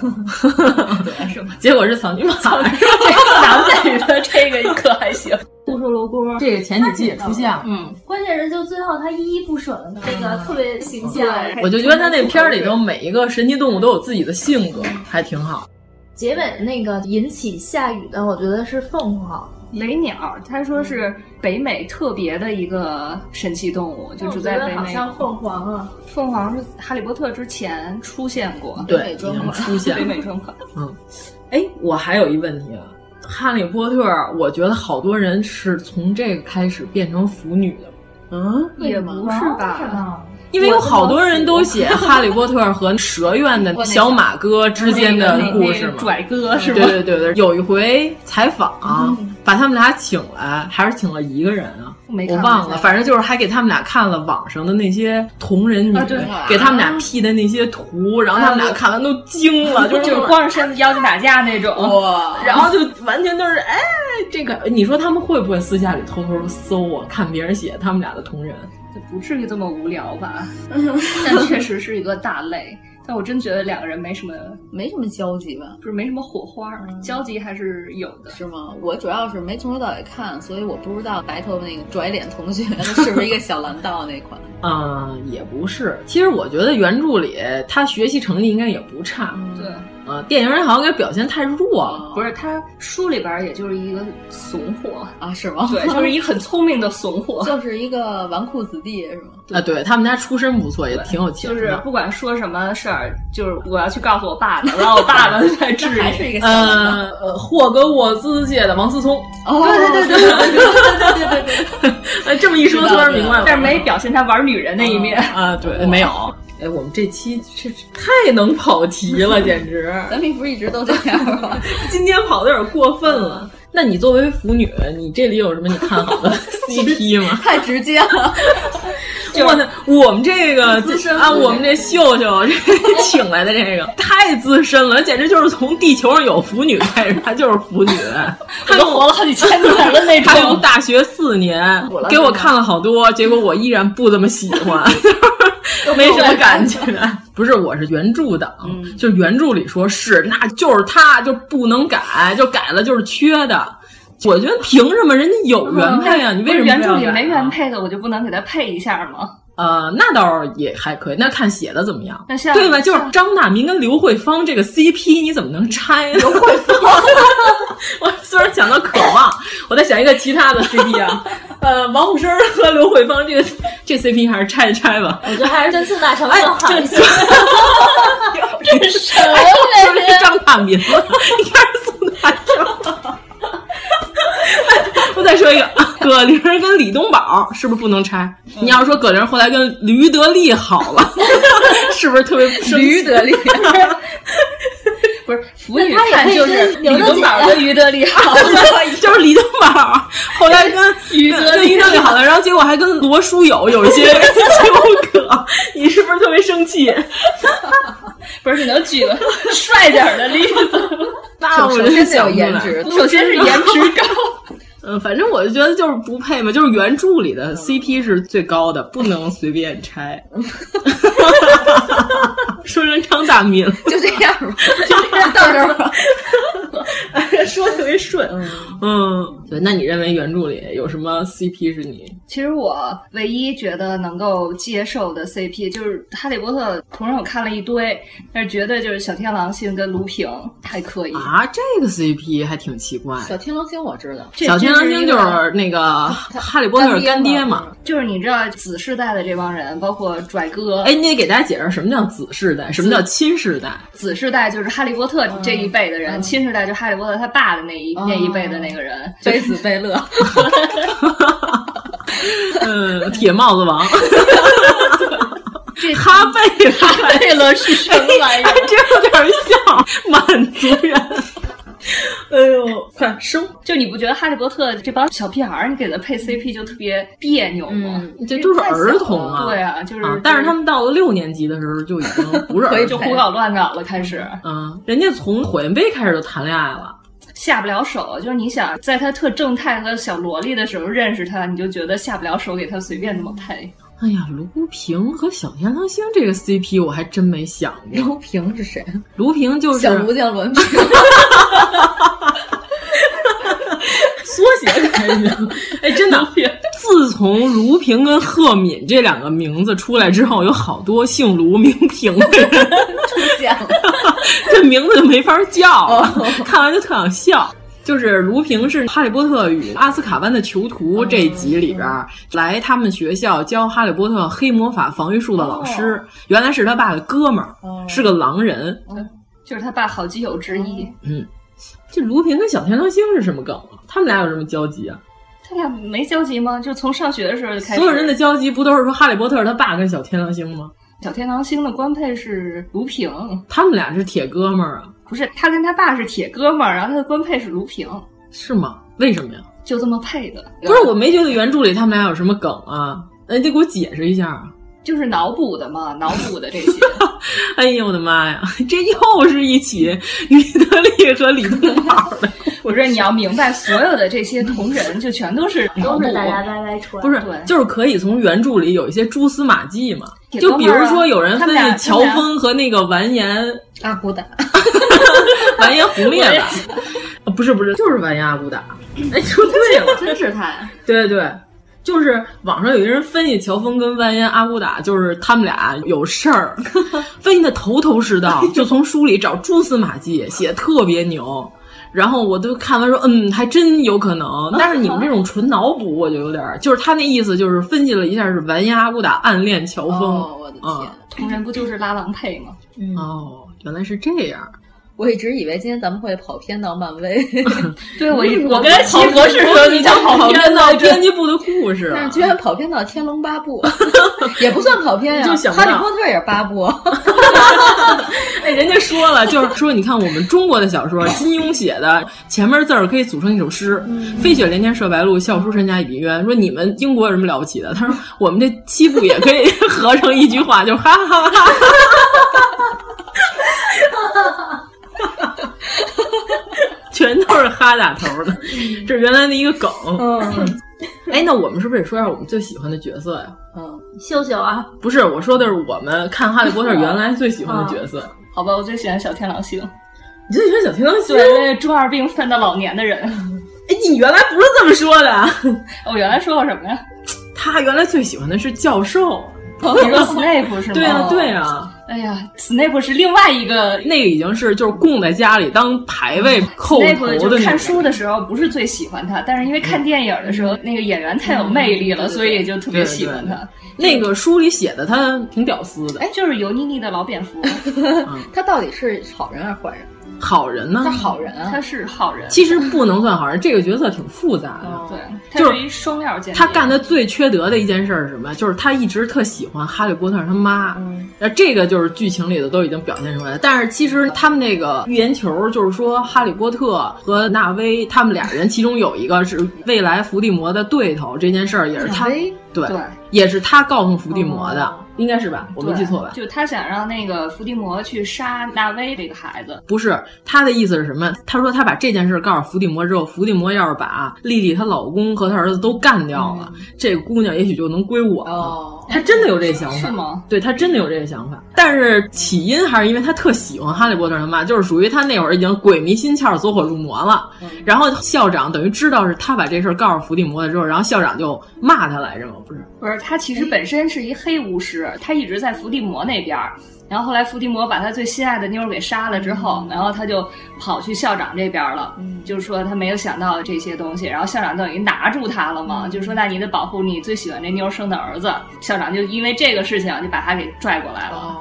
E: 嗯对，是吗？
F: 结果是草泥马，
E: 这个男的女的 这个可还行。
G: 兔瘦罗锅，
F: 这个前几季也出现了。
E: 嗯，
G: 关键是就最后他依依不舍的那
H: 嗯
G: 个特别形象，
F: 我就觉得他那片儿里头每一个神奇动物都有自己的性格，还挺好。
G: 结尾那个引起下雨的，我觉得是凤凰。
E: 雷鸟，他说是
G: 嗯
E: 北美特别的一个神奇动物，就
G: 但哦我
E: 是
G: 觉
E: 在
G: 得
E: 北
G: 好
E: 美。
G: 像凤凰啊，
E: 凤凰是哈利波特之前出现过，
F: 对，已
H: 专
F: 经
H: 款
F: 出现
E: 北
F: 了。
E: 美专款。
F: 嗯，哎，我还有一问题啊，《哈利波特》，我觉得好多人是从这个开始变成腐女的。嗯，
E: 也不是吧
G: 吧？
F: 因为有好多人都写《哈利波特》和蛇院 的小马哥之间的故事
E: 那个
F: 嘛。嗯
E: 拽哥是
F: 对
E: 吗？
F: 对对对，有一回采访、把他们俩请来，还是请了一个人啊，
E: 嗯没
F: 我
E: 看
F: 忘
E: 没
F: 了，
E: 看
F: 反正就是还给他们俩看了网上的那些同人女，
E: 啊对啊
F: 给他们俩 P 的那些图，然后他们俩看完都惊 了，啊就是
E: 就是光着身子腰间打架那种。
H: 哇，
F: 然后就完全都是哎，这个你说他们会不会私下里偷偷搜啊，看别人写他们俩的同人？
E: 就不至于这么无聊 吧？但确实是一个大类。但我真觉得两个人没什么，
H: 没什么交集吧？
E: 就是没什么火花儿，交集还是有的。
H: 是吗？我主要是没从头到尾看，所以我不知道白头发那个拽脸同学是不是一个小蓝道那 款。
F: 嗯，也不是。其实我觉得原著里他学习成绩应该也不差，
E: 对，
F: 啊，电影里好像给表现太弱了。
E: 嗯不是他书里边儿也就是一个怂货，
H: 啊，是吗？
E: 对，就是一个很聪明的怂货，
H: 就是一个纨绔子弟是吗？
F: 啊，对他们家出身不错，也挺有钱
E: 就
F: 的。啊
E: 是不管说什么事儿，就是我要去告诉我爸爸，我让我 爸爸再治
H: 还是
E: 你。
H: 一个小蓝道？
F: 呃，呃霍格沃兹界的王思聪，
H: 哦， 对对对对对对对对对对，
F: 哎，这么一说突然明白了，
E: 但是没表现他玩女人那一面，
F: 啊，对，没有。哎，我们这期这太能跑题 了，简直！
H: 咱们不是一直都这样吗？
F: 今天跑的有点过分了。那你作为腐女，你这里有什么你看嗯好的 CP 吗？
H: 太直接了，
F: 我的，我们这个
H: 资深
F: 啊，
H: 妇女
F: 我们这秀秀这 请来的这个太资深了，简直就是从地球上有腐女开始，她就是腐女，她
E: 都活了好几千年了 那
F: 她用
E: 种。
F: 大学四年给我看了好多，结果我依然不怎么喜 欢，没什么感觉。嗯不是，我是原著党，就是原著里说是，那就是他就不能改，就改了就是缺的。我觉得凭什么人家有原配啊？你为什么
E: 原著里
F: 不要改啊
E: 没原配的，我就不能给他配一下吗？
F: 呃，那倒是也还可以，那看写的怎么样，
E: 那像
F: 对吧？就是张大民跟刘慧芳这个 CP，你怎么能拆呢？刘慧芳， 我虽然想到渴望，我在想一个其他的 CP 啊，呃，王虎生和刘慧芳这个这 CP 还是拆一拆吧。
G: 我觉得还是真四大
H: 哎
G: 成更好一些。
F: 这是谁
H: 哎
G: 来着
F: 这是张大民吗？应该是宋大成。 我再说一个，葛玲儿跟李东宝是不是不能拆？你要说葛玲儿后来跟驴得利好了， 是不是特别
E: 驴得利？不是腐女
G: 那他
E: 看
G: 也
E: 就
G: 可以
E: 是
G: 跟
E: 李
G: 刘德
E: 东宝
G: 姐
E: 跟于德利好
F: 就是李东宝后来跟
E: 于德利
F: 跟于德利好了，然后结果还跟罗书友有一些 纠葛，你是不是特别生气？
E: 不是，你能举个帅点儿的例子？
F: 那我就
E: 首先得有
F: 想不出来
E: 颜值首先是颜值高。
F: 嗯，反正我就觉得就是不配嘛，就是原著里的 CP 是最高的，不能随便 拆。说成张大 民了，
H: 就这样吧，就这样到这儿吧。
F: 说特别顺。嗯，对，那你认为原著里有什么 CP 是你
E: 其实我唯一觉得能够接受的 CP 就是《哈利波特》，同样我看了一堆，但是绝对就是小天狼星跟卢平还可以。
F: 啊？这个 CP 还挺奇怪。
H: 小天狼星我知道，
F: 小天狼星就
E: 这真是
F: 是那个哈利波特干爹嘛。
E: 就是你知道子世代的这帮人，包括拽哥，
F: 哎，你得给大家解释什么叫子世代，什么叫亲世 代。
E: 子世代就是哈利波特这一辈的
F: 嗯
E: 人，亲世代就哈利波特他爸的那一、那一辈的那 个人，
H: 悲死贝勒。
F: 嗯，铁帽子王。哈贝勒，哈
E: 贝勒是什么玩意儿
F: 哎这有点像满族人。哎呦，快收！
E: 就你不觉得哈利波特这帮小屁孩儿，你给他配 CP 就特别别扭吗？
F: 这嗯都是儿童啊，
E: 对啊，就是，
F: 但是他们到了六年级的时候就已经不是儿
E: 可以
F: 童，
E: 就胡搞乱搞了，开始。
F: 嗯，人家从火焰杯开始就谈恋爱了。
E: 下不了手，就是你想在他特正太和小萝莉的时候认识他，你就觉得下不了手，给他随便那么配。
F: 哎呀，卢平和小天狼星这个 CP 我还真没想过。
H: 卢平是谁？
F: 卢平就是
H: 小卢酱伦平。
F: 缩写开 的。哎，真的，自从卢平跟贺敏这两个名字出来之后，有好多姓卢名平的人 出
H: 现了，
F: 这名字就没法叫了，看完就特想笑。就是卢平是《哈利波特与阿斯卡班的囚徒》这一集里边儿来他们学校教哈利波特黑魔法防御术的老师，原来是他爸的哥们儿，是个狼人。
E: 就是他爸好基友之一，
F: 嗯，这卢平跟小天狼星是什么梗啊？他们俩有什么交集啊？
E: 他俩没交集吗？就从上学的时候就开始。
F: 所有人的交集不都是说哈利波特他爸跟小天狼星吗？
E: 小天狼星的官配是卢平，
F: 他们俩是铁哥们儿啊，
E: 不是他跟他爸是铁哥们儿，然后他的官配是卢平，
F: 是吗？为什么呀？
E: 就这么配的。
F: 不是，我没觉得原著里他们俩有什么梗啊，那你得给我解释一下啊。
E: 就是脑补的嘛，脑补的这 些。
F: 哎呦我的妈呀，这又是一起 于德利和李东 宝的。
E: 我说你要明白，所有的这些同人就全都是脑
G: 都
E: 补，
G: 是大家歪歪出来
F: 不是
E: 对，
F: 就是可以从原著里有一些蛛丝马迹嘛。
E: 铁哥
F: 就
E: 们儿啊
F: 比如说，有人
E: 他
F: 分
E: 们俩
F: 析乔峰和那个完颜
H: 阿
F: 啊
H: 骨打，
F: 完颜胡烈吧，啊不是不是，就是完颜阿骨打，哎，说对了，
E: 真是他。
F: 对对对，就是网上有一个人分析乔峰跟万烟阿骨打，就是他们俩有事 儿，分析的头头是道，就从书里找蛛丝马迹，写得特别牛。然后我都看完说，嗯，还真有可能。
E: 嗯
F: 但是你们这种纯脑补，我就有点儿，就是他那意思就是分析了一下是完颜阿骨打暗恋乔峰。
H: 哦我的天
F: 嗯
E: 同人不就是拉郎配吗？
F: 哦，原来是这样。
H: 我一直以为今天咱们会跑偏到漫 威，
E: 对我一 我
H: 我
E: 跟齐博士说你想跑 偏
F: 到
E: 了
F: 编辑部的故事，啊
H: 但是居然跑偏到《天龙八 部》，也不算跑偏呀，
F: 就想不
H: 哈
F: 到
H: 利波特》也是八部，
F: 哎，人家说了，就是说，你看我们中国的小 说，金庸写的前面字儿可以组成一首诗，
E: 嗯
F: 飞雪连天射白鹿，笑书神侠倚碧鸳”。说你们英国有什么了不起的？他说我们这七部也可以合成一句话，就是哈哈哈哈。 全都是哈打头的，这是原来的一个梗。
H: 嗯，
F: 哎，那我们是不是得说一下我们最喜欢的角色呀？
H: 嗯，
G: 秀秀啊，
F: 不是，我说的是我们看《哈利波特》
E: 啊
F: 原来最喜欢的角色。
E: 好啊 吧，我最喜欢小天狼星，
F: 你最喜欢小天狼星
E: 对，那中二病犯到老年的人，
F: 哎，你原来不是这么说的。啊
E: 我原来说过什么呀？
F: 他原来最喜欢的是教 授。
E: 你说 Snape 是吗？
F: 对啊，对啊。
E: 哎呀，Snape 是另外一个，
F: 那个已经是就是供在家里当牌位
E: 嗯
F: 扣头的。
E: 就看书的时候不是最喜欢他，但是因为看电影的时候、嗯、那个演员太有魅力了，嗯、所以就特别喜欢他。
F: 那个书里写的他挺屌丝的，
E: 哎，就是油腻腻的老蝙蝠。
H: 他到底是好人还是坏人？
F: 好人呢？
H: 他好人啊，
E: 他是好人。
F: 其实不能算好人，这个角色挺复杂的。
H: 哦
E: 对，他是一双料间谍。
F: 他干的最缺德的一件事是什么？就是他一直特喜欢哈利波特他妈。那这个就是剧情里的都已经表现出来了。但是其实他们那个预言球就是说，哈利波特和纳威他们俩人，其中有一个是未来伏地魔的对头，这件事儿也是他对，哦也是他告诉伏地魔的。应该是吧，我没记错吧？
E: 就他想让那个伏地魔去杀纳威这个孩子，
F: 不是他的意思是什么？他说他把这件事告诉伏地魔之后，伏地魔要是把丽丽她老公和她儿子都干掉了，嗯、这个姑娘也许就能归我了。哦、他真的有这想法
E: 是吗？
F: 对他真的有这个想法，但是起因还是因为他特喜欢哈利波特他妈，就是属于他那会儿已经鬼迷心窍、走火入魔了。嗯、然后校长等于知道是他把这事告诉伏地魔了之后，然后校长就骂他来着吗？不是，
E: 不是，他其实本身是一黑巫师。他一直在伏地魔那边，然后后来伏地魔把他最心爱的妞儿给杀了之后，然后他就跑去校长这边了，就是说他没有想到这些东西，然后校长等于拿住他了嘛，就说那你得保护你最喜欢这妞生的儿子，校长就因为这个事情就把他给拽过来了。哦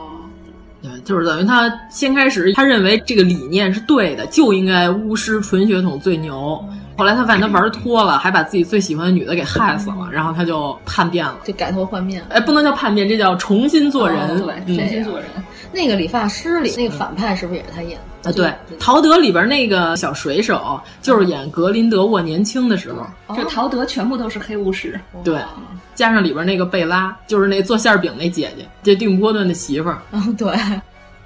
F: 就是等于他先开始，他认为这个理念是对的，就应该巫师纯血统最牛。
E: 嗯
F: 后来他发现他玩脱了，还把自己最喜欢的女的给害死了，然后他就叛变了，
H: 就改头换面了。
F: 哎，不能叫叛变，这叫重新做人。嗯
E: 哦、对，重新做人。
H: 那个理发师里那个反派是不是也是他演的？
F: 啊，对，陶德里边那个小水手就是演格林德沃年轻的时候，
E: 这陶德全部都是黑巫师，
F: 对，加上里边那个贝拉，就是那做馅饼那姐姐，这蒂姆·波顿的媳妇儿，
H: 嗯，对。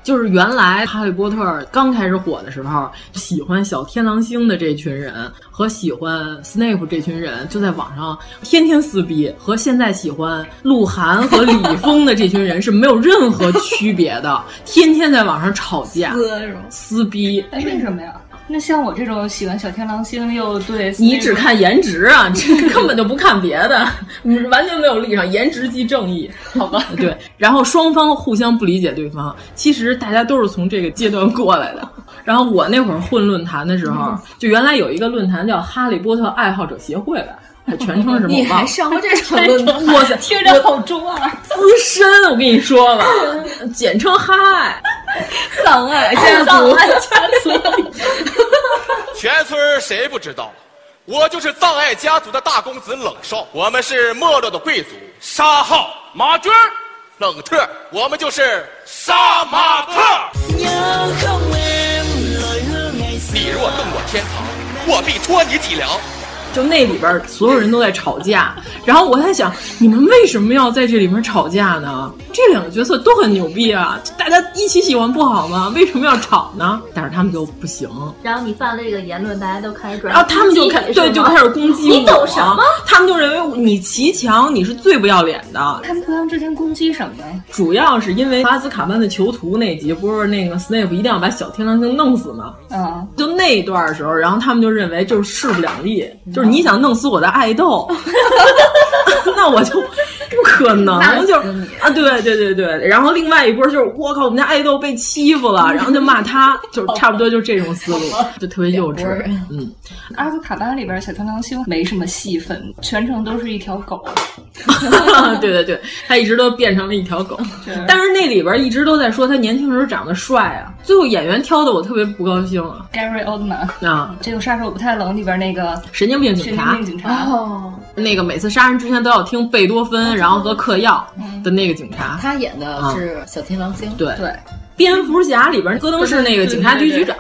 F: 就是原来哈利波特刚开始火的时候，喜欢小天狼星的这群人和喜欢 Snape 这群人就在网上天天撕逼，和现在喜欢鹿晗和李易峰的这群人是没有任何区别的，天天在网上吵 架撕逼。
E: 哎，为什么呀？那像我这种喜欢小天狼星又对
F: 你只看颜值啊， 这根本就不看别的，完全没有立场，颜值即正 义，
E: 好吧？
F: 对，然后双方互相不理解对方，其实大家都是从这个阶段过来的。然后我那会儿混论坛的时候，
H: 嗯
F: 就原来有一个论坛叫哈利波特爱好者协会吧。全称什么？
H: 你还上过这 种论坛？
F: 哇塞，
E: 听着好中二、啊，
F: 资深！我跟你说吧，简称哈 爱，
H: 丧爱 家
E: 族，家族，
I: 全村谁不知道？我就是葬爱家族的大公子冷少，我们是没落的贵族，沙号马军冷特，我们就是杀马特。你若动我天堂，我必拖你脊梁。
F: 就那里边所有人都在吵架，然后我在想，你们为什么要在这里面吵架呢？这两个角色都很牛逼啊，大家一起喜欢不好吗？为什么要吵呢？但是他们就不行。
G: 然后你犯了这个言论，大家都开始转，
F: 然后他们就开对就开始攻击
G: 你懂什么？
F: 他们就认为你骑墙，你是最不要脸的。
E: 他们互相之间攻击什么呀？
F: 主要是因为阿兹卡班的囚徒那集不是那个 Snape 一定要把小天狼星弄死吗？
E: 嗯，
F: 就那一段的时候，然后他们就认为就是势不两立。就是你想弄死我的爱豆， 那我就不可能，就是啊，对对对对。然后另外一波就是我靠，我们家爱豆被欺负了，然后就骂他，就差不多就这种思路，就特别幼稚。 嗯，
E: 阿兹卡班里边小天狼星没什么戏份，全程都是一条狗。啊
F: 对对对，他一直都变成了一条狗，但是那里边一直都在说他年轻时候长得帅啊。最后演员挑的我特别不高兴啊
E: ，Gary Oldman
F: 啊，
E: 这个杀手不太冷里边那个
F: 神经。病警
E: 察，警察
H: 哦，
F: 那个每次杀人之前都要听贝多芬，然后和嗑药的那个警察，
H: 他演的是小天狼 星，
F: 嗯对
E: 对，
F: 蝙蝠侠里边戈登是那个警察局局长，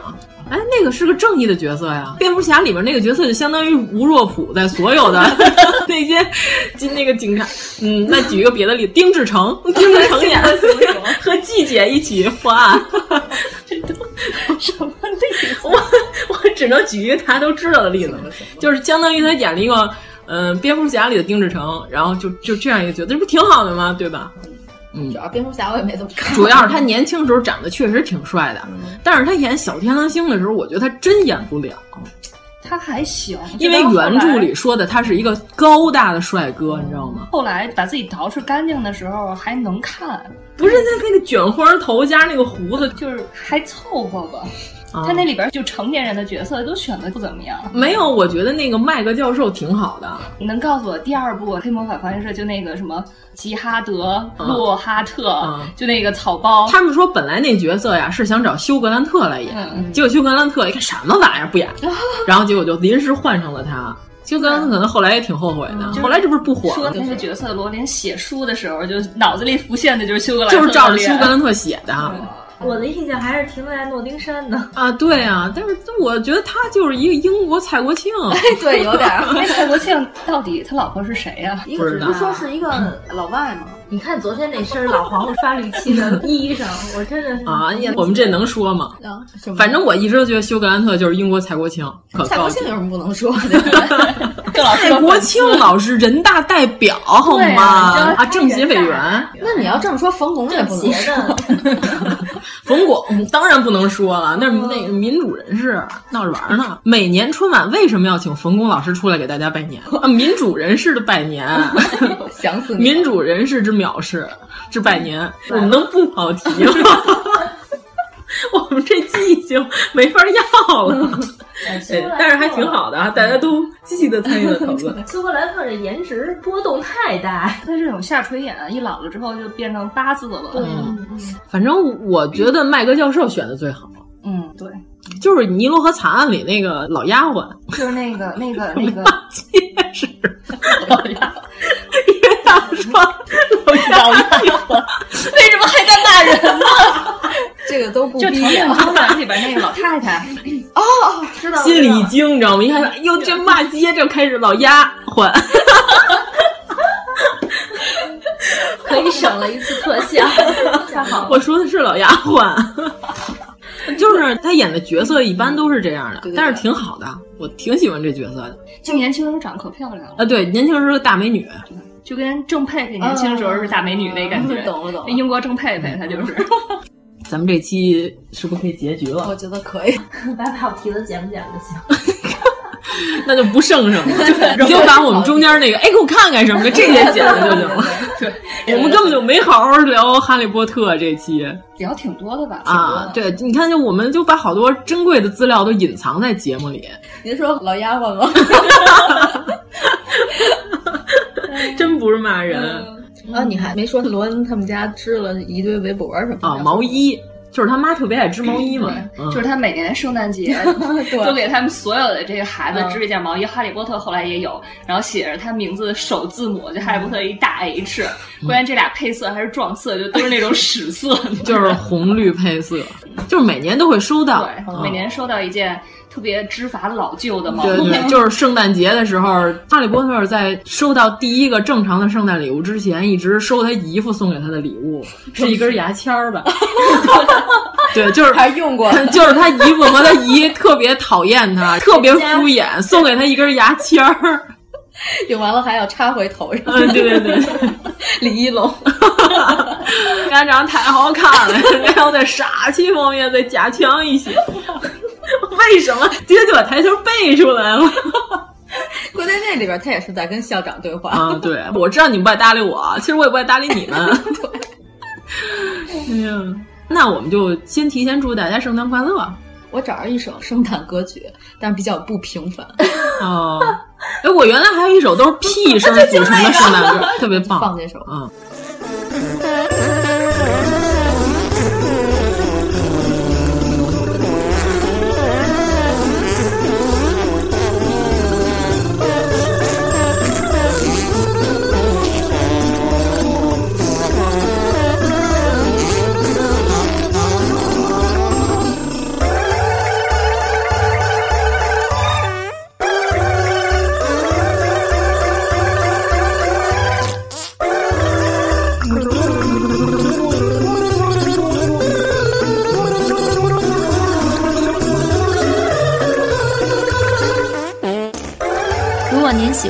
F: 哎，那个是个正义的角色呀。蝙蝠侠里边那个角色就相当于吴若甫在所有的 那些那个警察，嗯，那举一个别的例子，丁志成，丁志成演 和季姐一起破案。
E: 什么例子？
F: 我我只能举一个大家都知道的例子，就是相当于他演了一个，嗯、呃，蝙蝠侠里的丁志成，然后就就这样一个角色，这不挺好的吗？对吧？嗯，
H: 主要蝙蝠侠我也没怎么看。
F: 主要是他年轻时候长得确实挺帅的，嗯、但是他演小天狼星的时候，我觉得他真演不了。
E: 他还行，
F: 因为原著里说的他是一个高大的帅哥，你知道吗？
E: 后来把自己捯饬干净的时候还能看，
F: 不是他那个卷花头加那个胡子，
E: 就是还凑合吧。
F: 啊
E: 他那里边就成年人的角色都选的不怎么样。
F: 哦没有，我觉得那个麦克教授挺好的。
E: 你能告诉我第二部《黑魔法防卫社》就那个什么吉哈德、洛哈特，嗯、就那个草包？
F: 哦他们说本来那角色呀是想找休格兰特来演，嗯、结果休格兰特一看什么玩意儿不 演，然后结果就临时换上了他。就刚刚可能后来也挺后悔的，嗯、后来这不是不火
E: 了？说那个角色罗琳写书的时候，就脑子里浮现的就是休格兰
F: 特，就是嗯照着休 格兰特写的。
G: 哎我的印象还是停留在诺丁山呢。
F: 啊，对啊，但是我觉得他就是一个英国蔡国 庆，
H: 哎，对，有点。
E: 那蔡国庆到底他老婆是谁 呀、啊？
H: 一个不说是 一个老外吗？
G: 你看昨天那身老黄瓜刷绿漆的衣裳，我真的是啊！
F: 我们这能说吗？
H: 啊，
F: 反正我一直都觉得休格兰特就是英国蔡国庆，可
H: 蔡国庆有什么不能说 的？
F: 蔡国庆老师人大代表好吗？啊，政协委员。
H: 那你要这么说，冯巩也不能说。
F: 冯巩嗯当然不能说了，那那
H: 嗯
F: 民主人士闹着玩呢。每年春晚为什么要请冯巩老师出来给大家拜年？啊，民主人士的拜 年，
H: 想死
F: 民主人士之。藐视这百年，我们能不跑题吗？ 我们这记性没法要了，
G: 哎
F: 哎但是还挺好的啊，大家都积极的参与了讨论。
G: 苏格兰特的颜值波动太大，
E: 他这种下垂眼啊一老了之后就变成八字了。
F: 嗯，反正我觉得麦格教授选的最好。
E: 嗯，对，
F: 就是《尼罗河惨案》里那个老丫鬟，
E: 就是 那个那个那个
F: 结实老丫。想说 老
E: 老硬了，为什么还干大人呢？
H: 这个都不
E: 就《唐顿庄园》里边那个老太 太，
H: 哦，知道，
F: 心里一惊，你知道吗？一看，哎呦，这骂街，这开始老丫鬟，
G: 可以省了一次特效，太好了。
F: 我说的是老丫鬟，就是他演的角色一般都是这样的，但是挺好的，我挺喜欢这角色的。
E: 就年轻时候长得可漂亮了
F: 啊，对，年轻时候大美女。
E: 就跟郑佩佩年轻时候是大美女那
F: 嗯
E: 感觉，
H: 懂了懂了。
E: 英国郑佩佩她就是。
F: 咱们这期是不是可以结局了？
H: 我觉得可以，
G: 把跑题了讲不讲就行。
F: 那就不剩什么，你就把我们中间那个哎给我看看什么的这些剪了就行了。对，我们根本就没好好聊《哈利波特》这期，
E: 聊挺多的吧？
F: 啊，对，你看，就我们就把好多珍贵的资料都隐藏在节目里。
H: 您说老丫鬟吗？
F: 真不是骂人
H: 啊！你还没说罗恩他们家织了一堆围脖什么的
F: 啊，毛衣就是他妈特别爱织毛衣嘛，
E: 嗯
F: 嗯
E: 就是他每年圣诞节都给他们所有的这个孩子织一件毛衣。哈利波特后来也有，然后写着他名字的首字母，就哈利波特一大 H。关键这俩配色还是撞色，就都是那种屎色，
F: 就是红绿配色，就是每年都会收到，嗯
E: 每年收到一件。特别织法老旧的毛
F: 衣，对对， 就是圣诞节的时候，哈利波特在收到第一个正常的圣诞礼物之前，一直收他姨父送给他的礼物， 是一根牙签儿吧？ 对， 就是
H: 还用过，
F: 就是他姨父和他姨特别讨厌他， 特别敷 衍，送给他一根牙签 儿，
H: 用完了还要插回头上。
F: 嗯，对对对，
H: 李一龙，
F: 家长太好看了，然后在傻气方面再加强一些。 为什么直接就把台词背出来了？
H: 关键那里边他也是在跟校长对话
F: 啊！对，我知道你们不爱搭理我，啊其实我也不爱搭理你们。 哎呀，那我们就先提前祝大家圣诞快乐。啊
H: 我找着一首圣诞歌曲，但是比较不平凡。
F: 哦，哎，我原来还有一首都是屁 声组成的圣诞歌，特别棒，
H: 放这首
F: 啊。
J: 喜